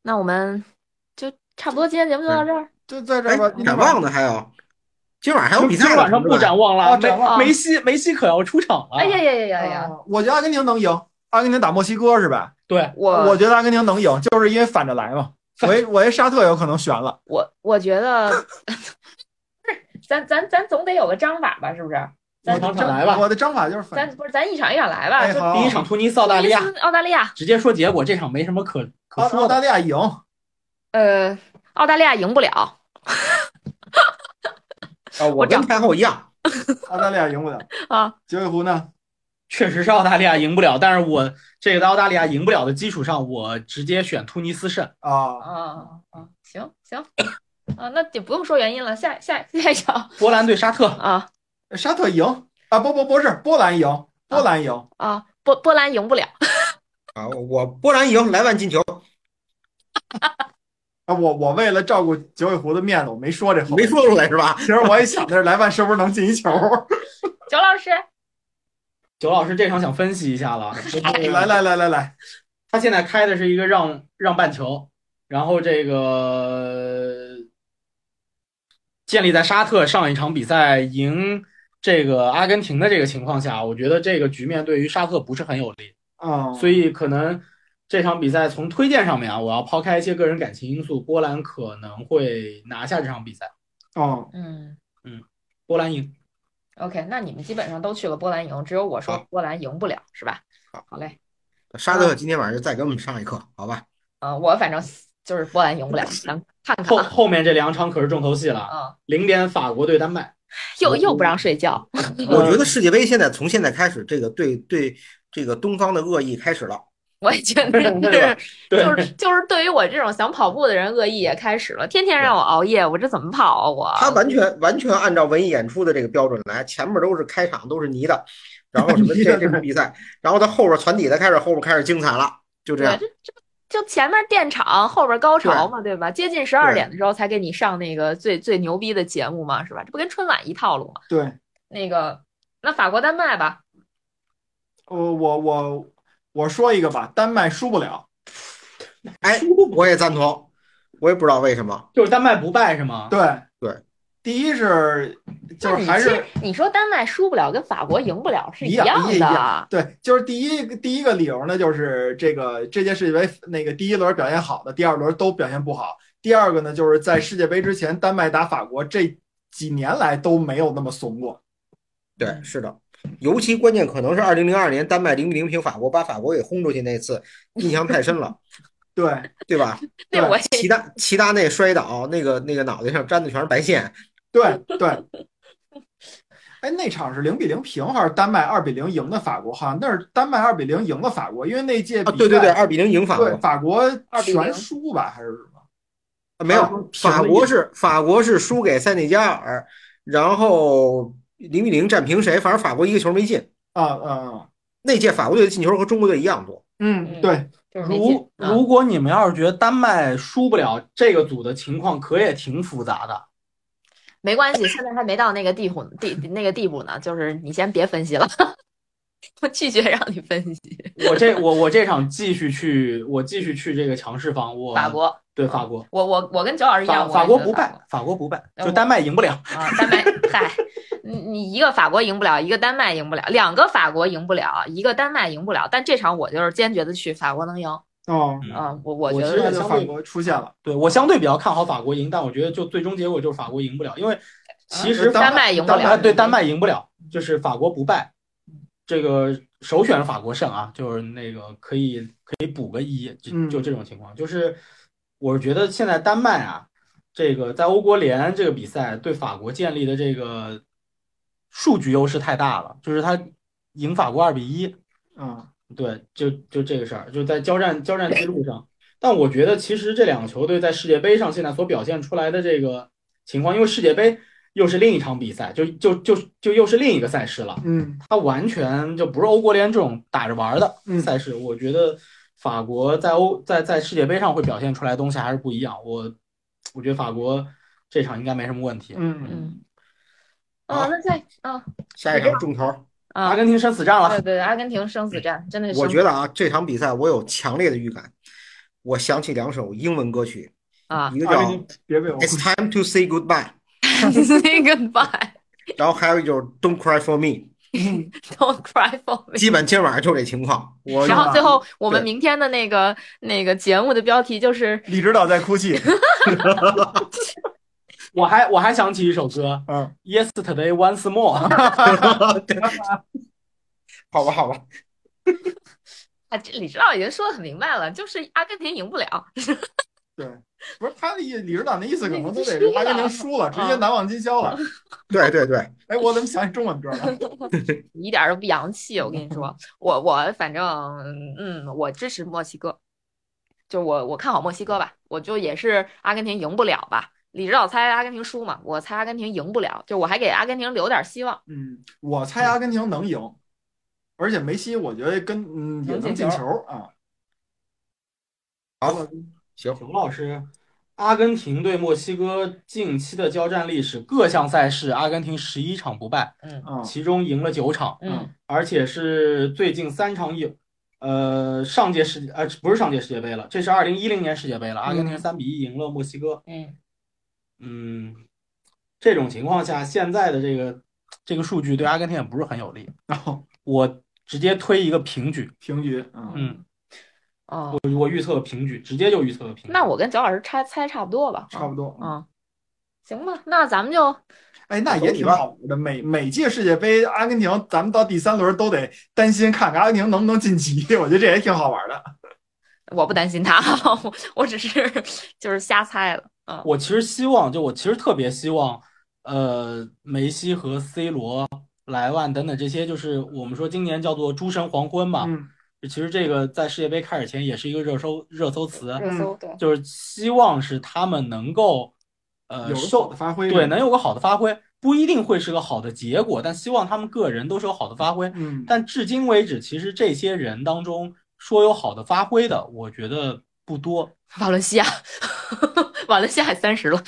那我们就差不多，今天节目就到这儿。就在这哎儿吧，，展望呢还有，今晚还有比赛 今呢天晚上是不吧展望啊了，梅展望梅西梅西可要出场了。哎呀呀呀呀哎呀！，我觉得阿根廷能赢，阿根廷打墨西哥是吧？对，我我觉得阿根廷能赢，就是因为反着来嘛。我一我一沙特有可能悬了，我我觉得， 不是咱咱咱总得有个章法吧？是不是？咱我当场咱来吧我的章法就是反咱不是咱一场一场来吧？哎就好第一场突尼斯澳大利突亚尼，斯澳大利亚，直接说结果，这场没什么可可澳说澳的。大利亚赢，呃，澳大利亚赢不了。啊，我我跟长太后一样。澳大利亚赢不了啊。九尾狐呢？确实是澳大利亚赢不了，但是我这个在澳大利亚赢不了的基础上，我直接选突尼斯胜。啊，啊啊，行 行啊，那就不用说原因了，下 下下一场波兰对沙特，啊沙特赢啊，不不不是，波兰赢，波兰赢。啊，波波兰赢不了，啊，我波兰赢，莱万进球，啊，我我为了照顾九尾狐的面子，我没说这后 没面。说出来是吧？其实我也想的是，莱万是不是能进一球？九老师九老师这场想分析一下了，哎来来来来来，他现在开的是一个让让半球，然后这个建立在沙特上一场比赛赢这个阿根廷的这个情况下，我觉得这个局面对于沙特不是很有利。嗯，所以可能这场比赛从推荐上面啊，我要抛开一些个人感情因素，波兰可能会拿下这场比赛，嗯，嗯波兰赢。 ，OK，那你们基本上都去了波兰赢，只有我说好波兰赢不了，是吧？好好嘞，沙特今天晚上就再给我们上一课，好吧？嗯、我反正就是波兰赢不了，咱看看后啊，后面这两场可是重头戏了，啊，零点法国对丹麦，又又不让睡觉，我觉得世界杯现在从现在开始，这个对对这个东方的恶意开始了。我也觉得对吧是。对就是就是对于我这种想跑步的人，恶意也开始了，天天让我熬夜，我这怎么跑啊？我他完全完全按照文艺演出的这个标准来，前面都是开场都是泥的，然后什么这这种比赛，然后他后边传底的开始，后边开始精彩了。就这对，样这。这就前面电场，后边高潮对嘛，对吧？接近十二对点的时候才给你上那个最最牛逼的节目嘛，是吧？这不跟春晚一套路吗？对那个，那法国丹麦吧，我呃我我我说一个吧，丹麦输不了，哎，我也赞同，我也不知道为什么。就是丹麦不败是吗？对对，第一是就那是你还其是实你说丹麦输不了，跟法国赢不了是一样样一样的。 对，就是第一个第一个理由呢，就是这个这届世界杯那个第一轮表现好的，第二轮都表现不好。第二个呢，就是在世界杯之前，丹麦打法国这几年来都没有那么怂过。对，是的，尤其关键可能是二零零二年丹麦零比零平法国，把法国给轰出去那次，印象太深了，对对吧？那对我齐达齐达内摔倒，那个那个脑袋上粘的全是白线， 对对。哎，那场是零比零平还是丹麦二比零赢的法国？好像那是丹麦二比零赢了法国，因为那届啊，比对对对，赛二比零赢法国对，法国2-0全输吧，还是什么？啊没法国有，平了法一国是法国是输给塞内加尔，然后零比零战平谁，反正法国一个球没进。啊啊那届法国队的进球和中国队一样多，嗯，对，就是没劲如啊如果你们要是觉得丹麦输不了这个组的情况，可也挺复杂 的。没关系，现在还没到那个地步地那个地步呢，就是你先别分析了， 我拒绝让你分析我这我我这场继续去，我继续去这个强势方，我法国。对法国，我我我跟九老师一法样，法我国也觉得不败法国，法国不败，嗯就丹麦赢不了。啊，丹麦，嗨，你你一个法国赢不了，一个丹麦赢不了，两个法国赢不了，一个丹麦赢不了。但这场我就是坚决的去法国能赢哦，嗯啊！我我觉我这其得实个还就法国出现了。对我相对比较看好法国赢，但我觉得就最终结果就是法国赢不了，因为其实丹呃丹麦赢不丹麦了，啊对丹麦赢不了，就是法国不败，这个首选法国胜啊，就是那个可以可以补个一，就嗯就这种情况，就是我觉得现在丹麦啊，这个在欧国联这个比赛对法国建立的这个数据优势太大了，就是他赢法国二比一，嗯，对，就就这个事儿，就在交战交战之路上。但我觉得其实这两个球队在世界杯上现在所表现出来的这个情况，因为世界杯又是另一场比赛，就就就就又是另一个赛事了，嗯它完全就不是欧国联这种打着玩儿的嗯赛事。我觉得法国在欧在在世界杯上会表现出来的东西还是不一样。我我觉得法国这场应该没什么问题。嗯，嗯，啊哦，那在嗯下一场重头。阿啊，根廷生死战了对，对，阿根廷生死战真的是我生，觉得啊，这场比赛我有强烈的预感，我想起两首英文歌曲，啊一个阿叫根廷别被我 It's Time to Say Goodbye， ，Goodbye，然后还有一就是 Don't Cry for Me， don't cry for me。基本今晚上就这情况。 我然后最后我们对明天的那个那个节目的标题就是李指导在哭泣。我还我还想起一首歌嗯， ，Yesterday Once More，好吧，好吧，啊，这李指导已经说的很明白了，就是阿根廷赢不了。对，不是他的意，李指导那意思可能都得是阿根廷输了，直接啊难忘今宵了。对对对，哎，我怎么想起中文歌了？你 一点儿都不洋气，我跟你 说，我我反正嗯，我支持墨西哥，就我我看好墨西哥吧，我就也是阿根廷赢不了吧。李指导猜阿根廷输嘛，我猜阿根廷赢不了，就我还给阿根廷留点希望。嗯，我猜阿根廷能赢，而且梅西我觉得跟嗯也能能进进球球啊。好，行，熊老师，阿根廷对墨西哥近期的交战历史，各项赛事阿根廷十一场不败，嗯嗯其中赢了九场，嗯而且是最近三场有，呃，上届世呃不是上届世界杯了，这是二零一零年世界杯了，阿根廷三比一赢了墨西哥。嗯，嗯，这种情况下，现在的这个这个数据对阿根廷也不是很有利，然后我直接推一个平局，平局，嗯，嗯，哦，我我预测平局，直接就预测平局。那我跟蒋老师猜猜差不多吧，差不多。嗯，行吧，那咱们就哎，那也挺好玩的。每每届世界杯，阿根廷咱们到第三轮都得担心看看阿根廷能不能晋级， 我觉得这也挺好玩的。我不担心他， 我我只是就是瞎猜了。嗯我其实希望，就我其实特别希望，呃，梅西和 C 罗、莱万等等这些，就是我们说今年叫做“诸神黄昏”嘛。嗯其实这个在世界杯开始前也是一个热搜热搜词，热搜对，就是希望是他们能够，呃，有个好受的发挥，嗯对能有个好的发挥，不一定会是个好的结果，但希望他们个人都是有好的发挥。嗯，但至今为止，其实这些人当中，说有好的发挥的，我觉得不多，瓦伦西亚， 瓦伦西亚还三十了，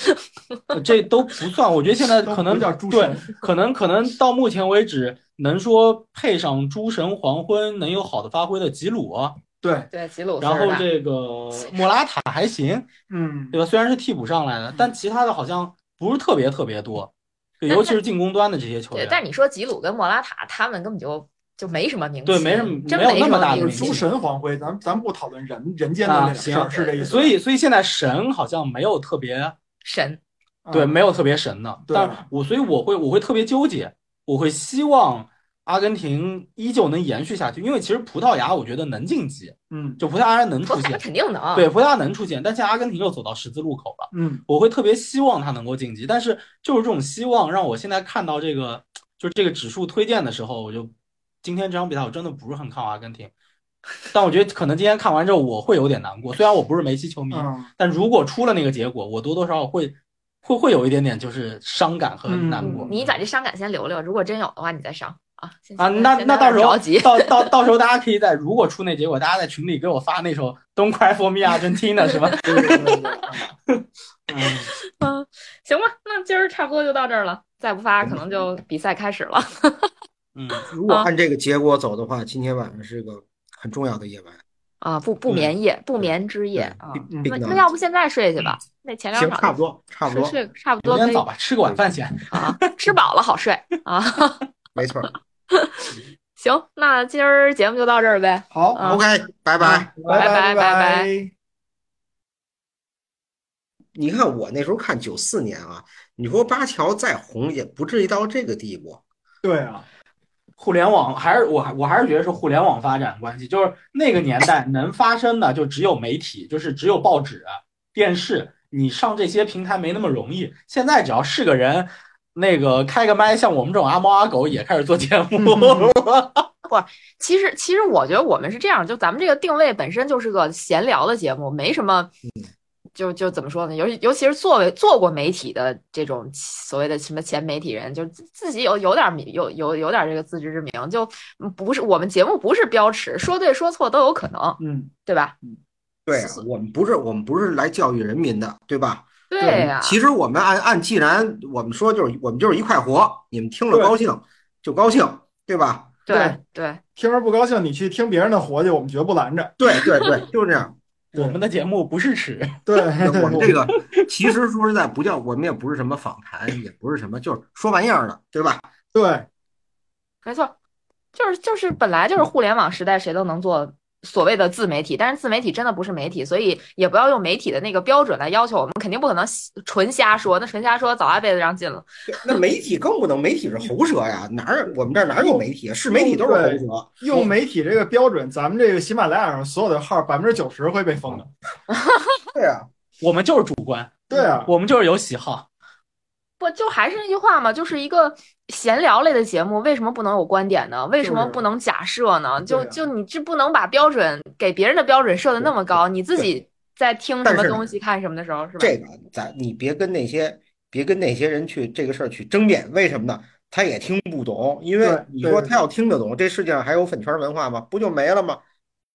呃这都不算。我觉得现在可能都不叫诸对神，可能可能到目前为止能说配上诸神黄昏能有好的发挥的吉鲁，啊对，对，吉鲁然斯后尔达这个莫拉塔还行，嗯，对吧？虽然是替补上来的，嗯但其他的好像不是特别特别多，就但尤其是进攻端的这些球对员，。但你说吉鲁跟莫拉塔，他们根本就就没什么名气，对没什么真没有那什么大么的名名气诸气。神黄辉，咱咱不讨论人人间的啊那两事儿，行是这意思吧。所以所以现在神好像没有特别神，嗯对，没有特别神的。对但是我所以我会我会特别纠结，我会希望阿根廷依旧能延续下去，因为其实葡萄牙我觉得能晋级，嗯就葡萄牙能葡出萄牙现，肯定啊能，对，葡萄牙能出现，但现在阿根廷又走到十字路口了。嗯，我会特别希望他能够晋级，但是就是这种希望让我现在看到这个，就是这个指数推荐的时候，我就今天这场比赛我真的不是很看好阿根廷，但我觉得可能今天看完之后我会有点难过，虽然我不是梅西球迷，嗯但如果出了那个结果，我多多少少会会会有一点点就是伤感和难过。嗯你把这伤感先留留，如果真有的话，你再上啊。先啊，先那先那到先时着候急，到到到时候大家可以在如果出那结果，大家在群里给我发那首《Don't Cry for Me 啊 Argentina》是吧？对对对对对嗯嗯，行吧，那今儿差不多就到这儿了，再不发可能就比赛开始了。嗯，啊如果按这个结果走的话，今天晚上是个很重要的夜晚。啊，不嗯不眠夜，不眠之夜啊。嗯那那那要不现在睡去吧？嗯那前两行，场差不多，差不睡多，睡差不明多可天以早吧，吃个晚饭先。啊，吃饱了好睡啊。 没错儿。行，那今儿节目就到这儿呗。好，嗯啊 OK，拜拜。拜拜拜拜拜。你看我那时候看九四年啊，你说巴乔再红也不至于到这个地步。对啊，互联网还是我还我还是觉得是互联网发展关系，就是那个年代能发生的就只有媒体，就是只有报纸、电视，你上这些平台没那么容易。现在只要是个人，那个开个麦，像我们这种阿猫阿狗也开始做节嗯嗯目。其实其实我觉得我们是这样，就咱们这个定位本身就是个闲聊的节目，没什么。就就怎么说呢？尤其尤其是作为做过媒体的这种所谓的什么前媒体人，就自自己有有点名有有有点这个自知之明，就嗯不是我们节目不是标尺，说对说错都有可能，嗯，对吧？对啊，我们不是我们不是来教育人民的，对吧？对啊呀、其实我们按按既然我们说就是我们就是一块活，你们听了对高兴就高兴，对吧？对对，听着不高兴，你去听别人的活去，我们绝不拦着。对对对，就是这样。我们的节目不是尺， 对，我们这个其实说实在不叫，我们也不是什么访谈，也不是什么，就是说玩意儿的，对吧？对，没错，就是就是本来就是互联网时代，谁都能做所谓的自媒体，但是自媒体真的不是媒体，所以也不要用媒体的那个标准来要求我们，肯定不可能纯瞎说，那纯瞎说早挨被子让进了。那媒体更不能，媒体是喉舌呀，哪有我们这儿哪有媒体啊？是媒体都是喉舌。用媒体这个标准，咱们这个喜马拉雅上所有的号百分之九十会被封的。对啊，我们就是主观，对啊，我们就是有喜好。不就还是那句话嘛，就是一个闲聊类的节目，为什么不能有观点呢？为什么不能假设呢？对就啊就你这不能把标准给别人的标准设的那么高，你自己在听什但么是东西、看什么的时候，是吧？这个咱你别跟那些别跟那些人去这个事儿去争辩，为什么呢？他也听不懂，因为对你对说对他要听得懂，这世界上还有粉圈文化吗？不就没了吗？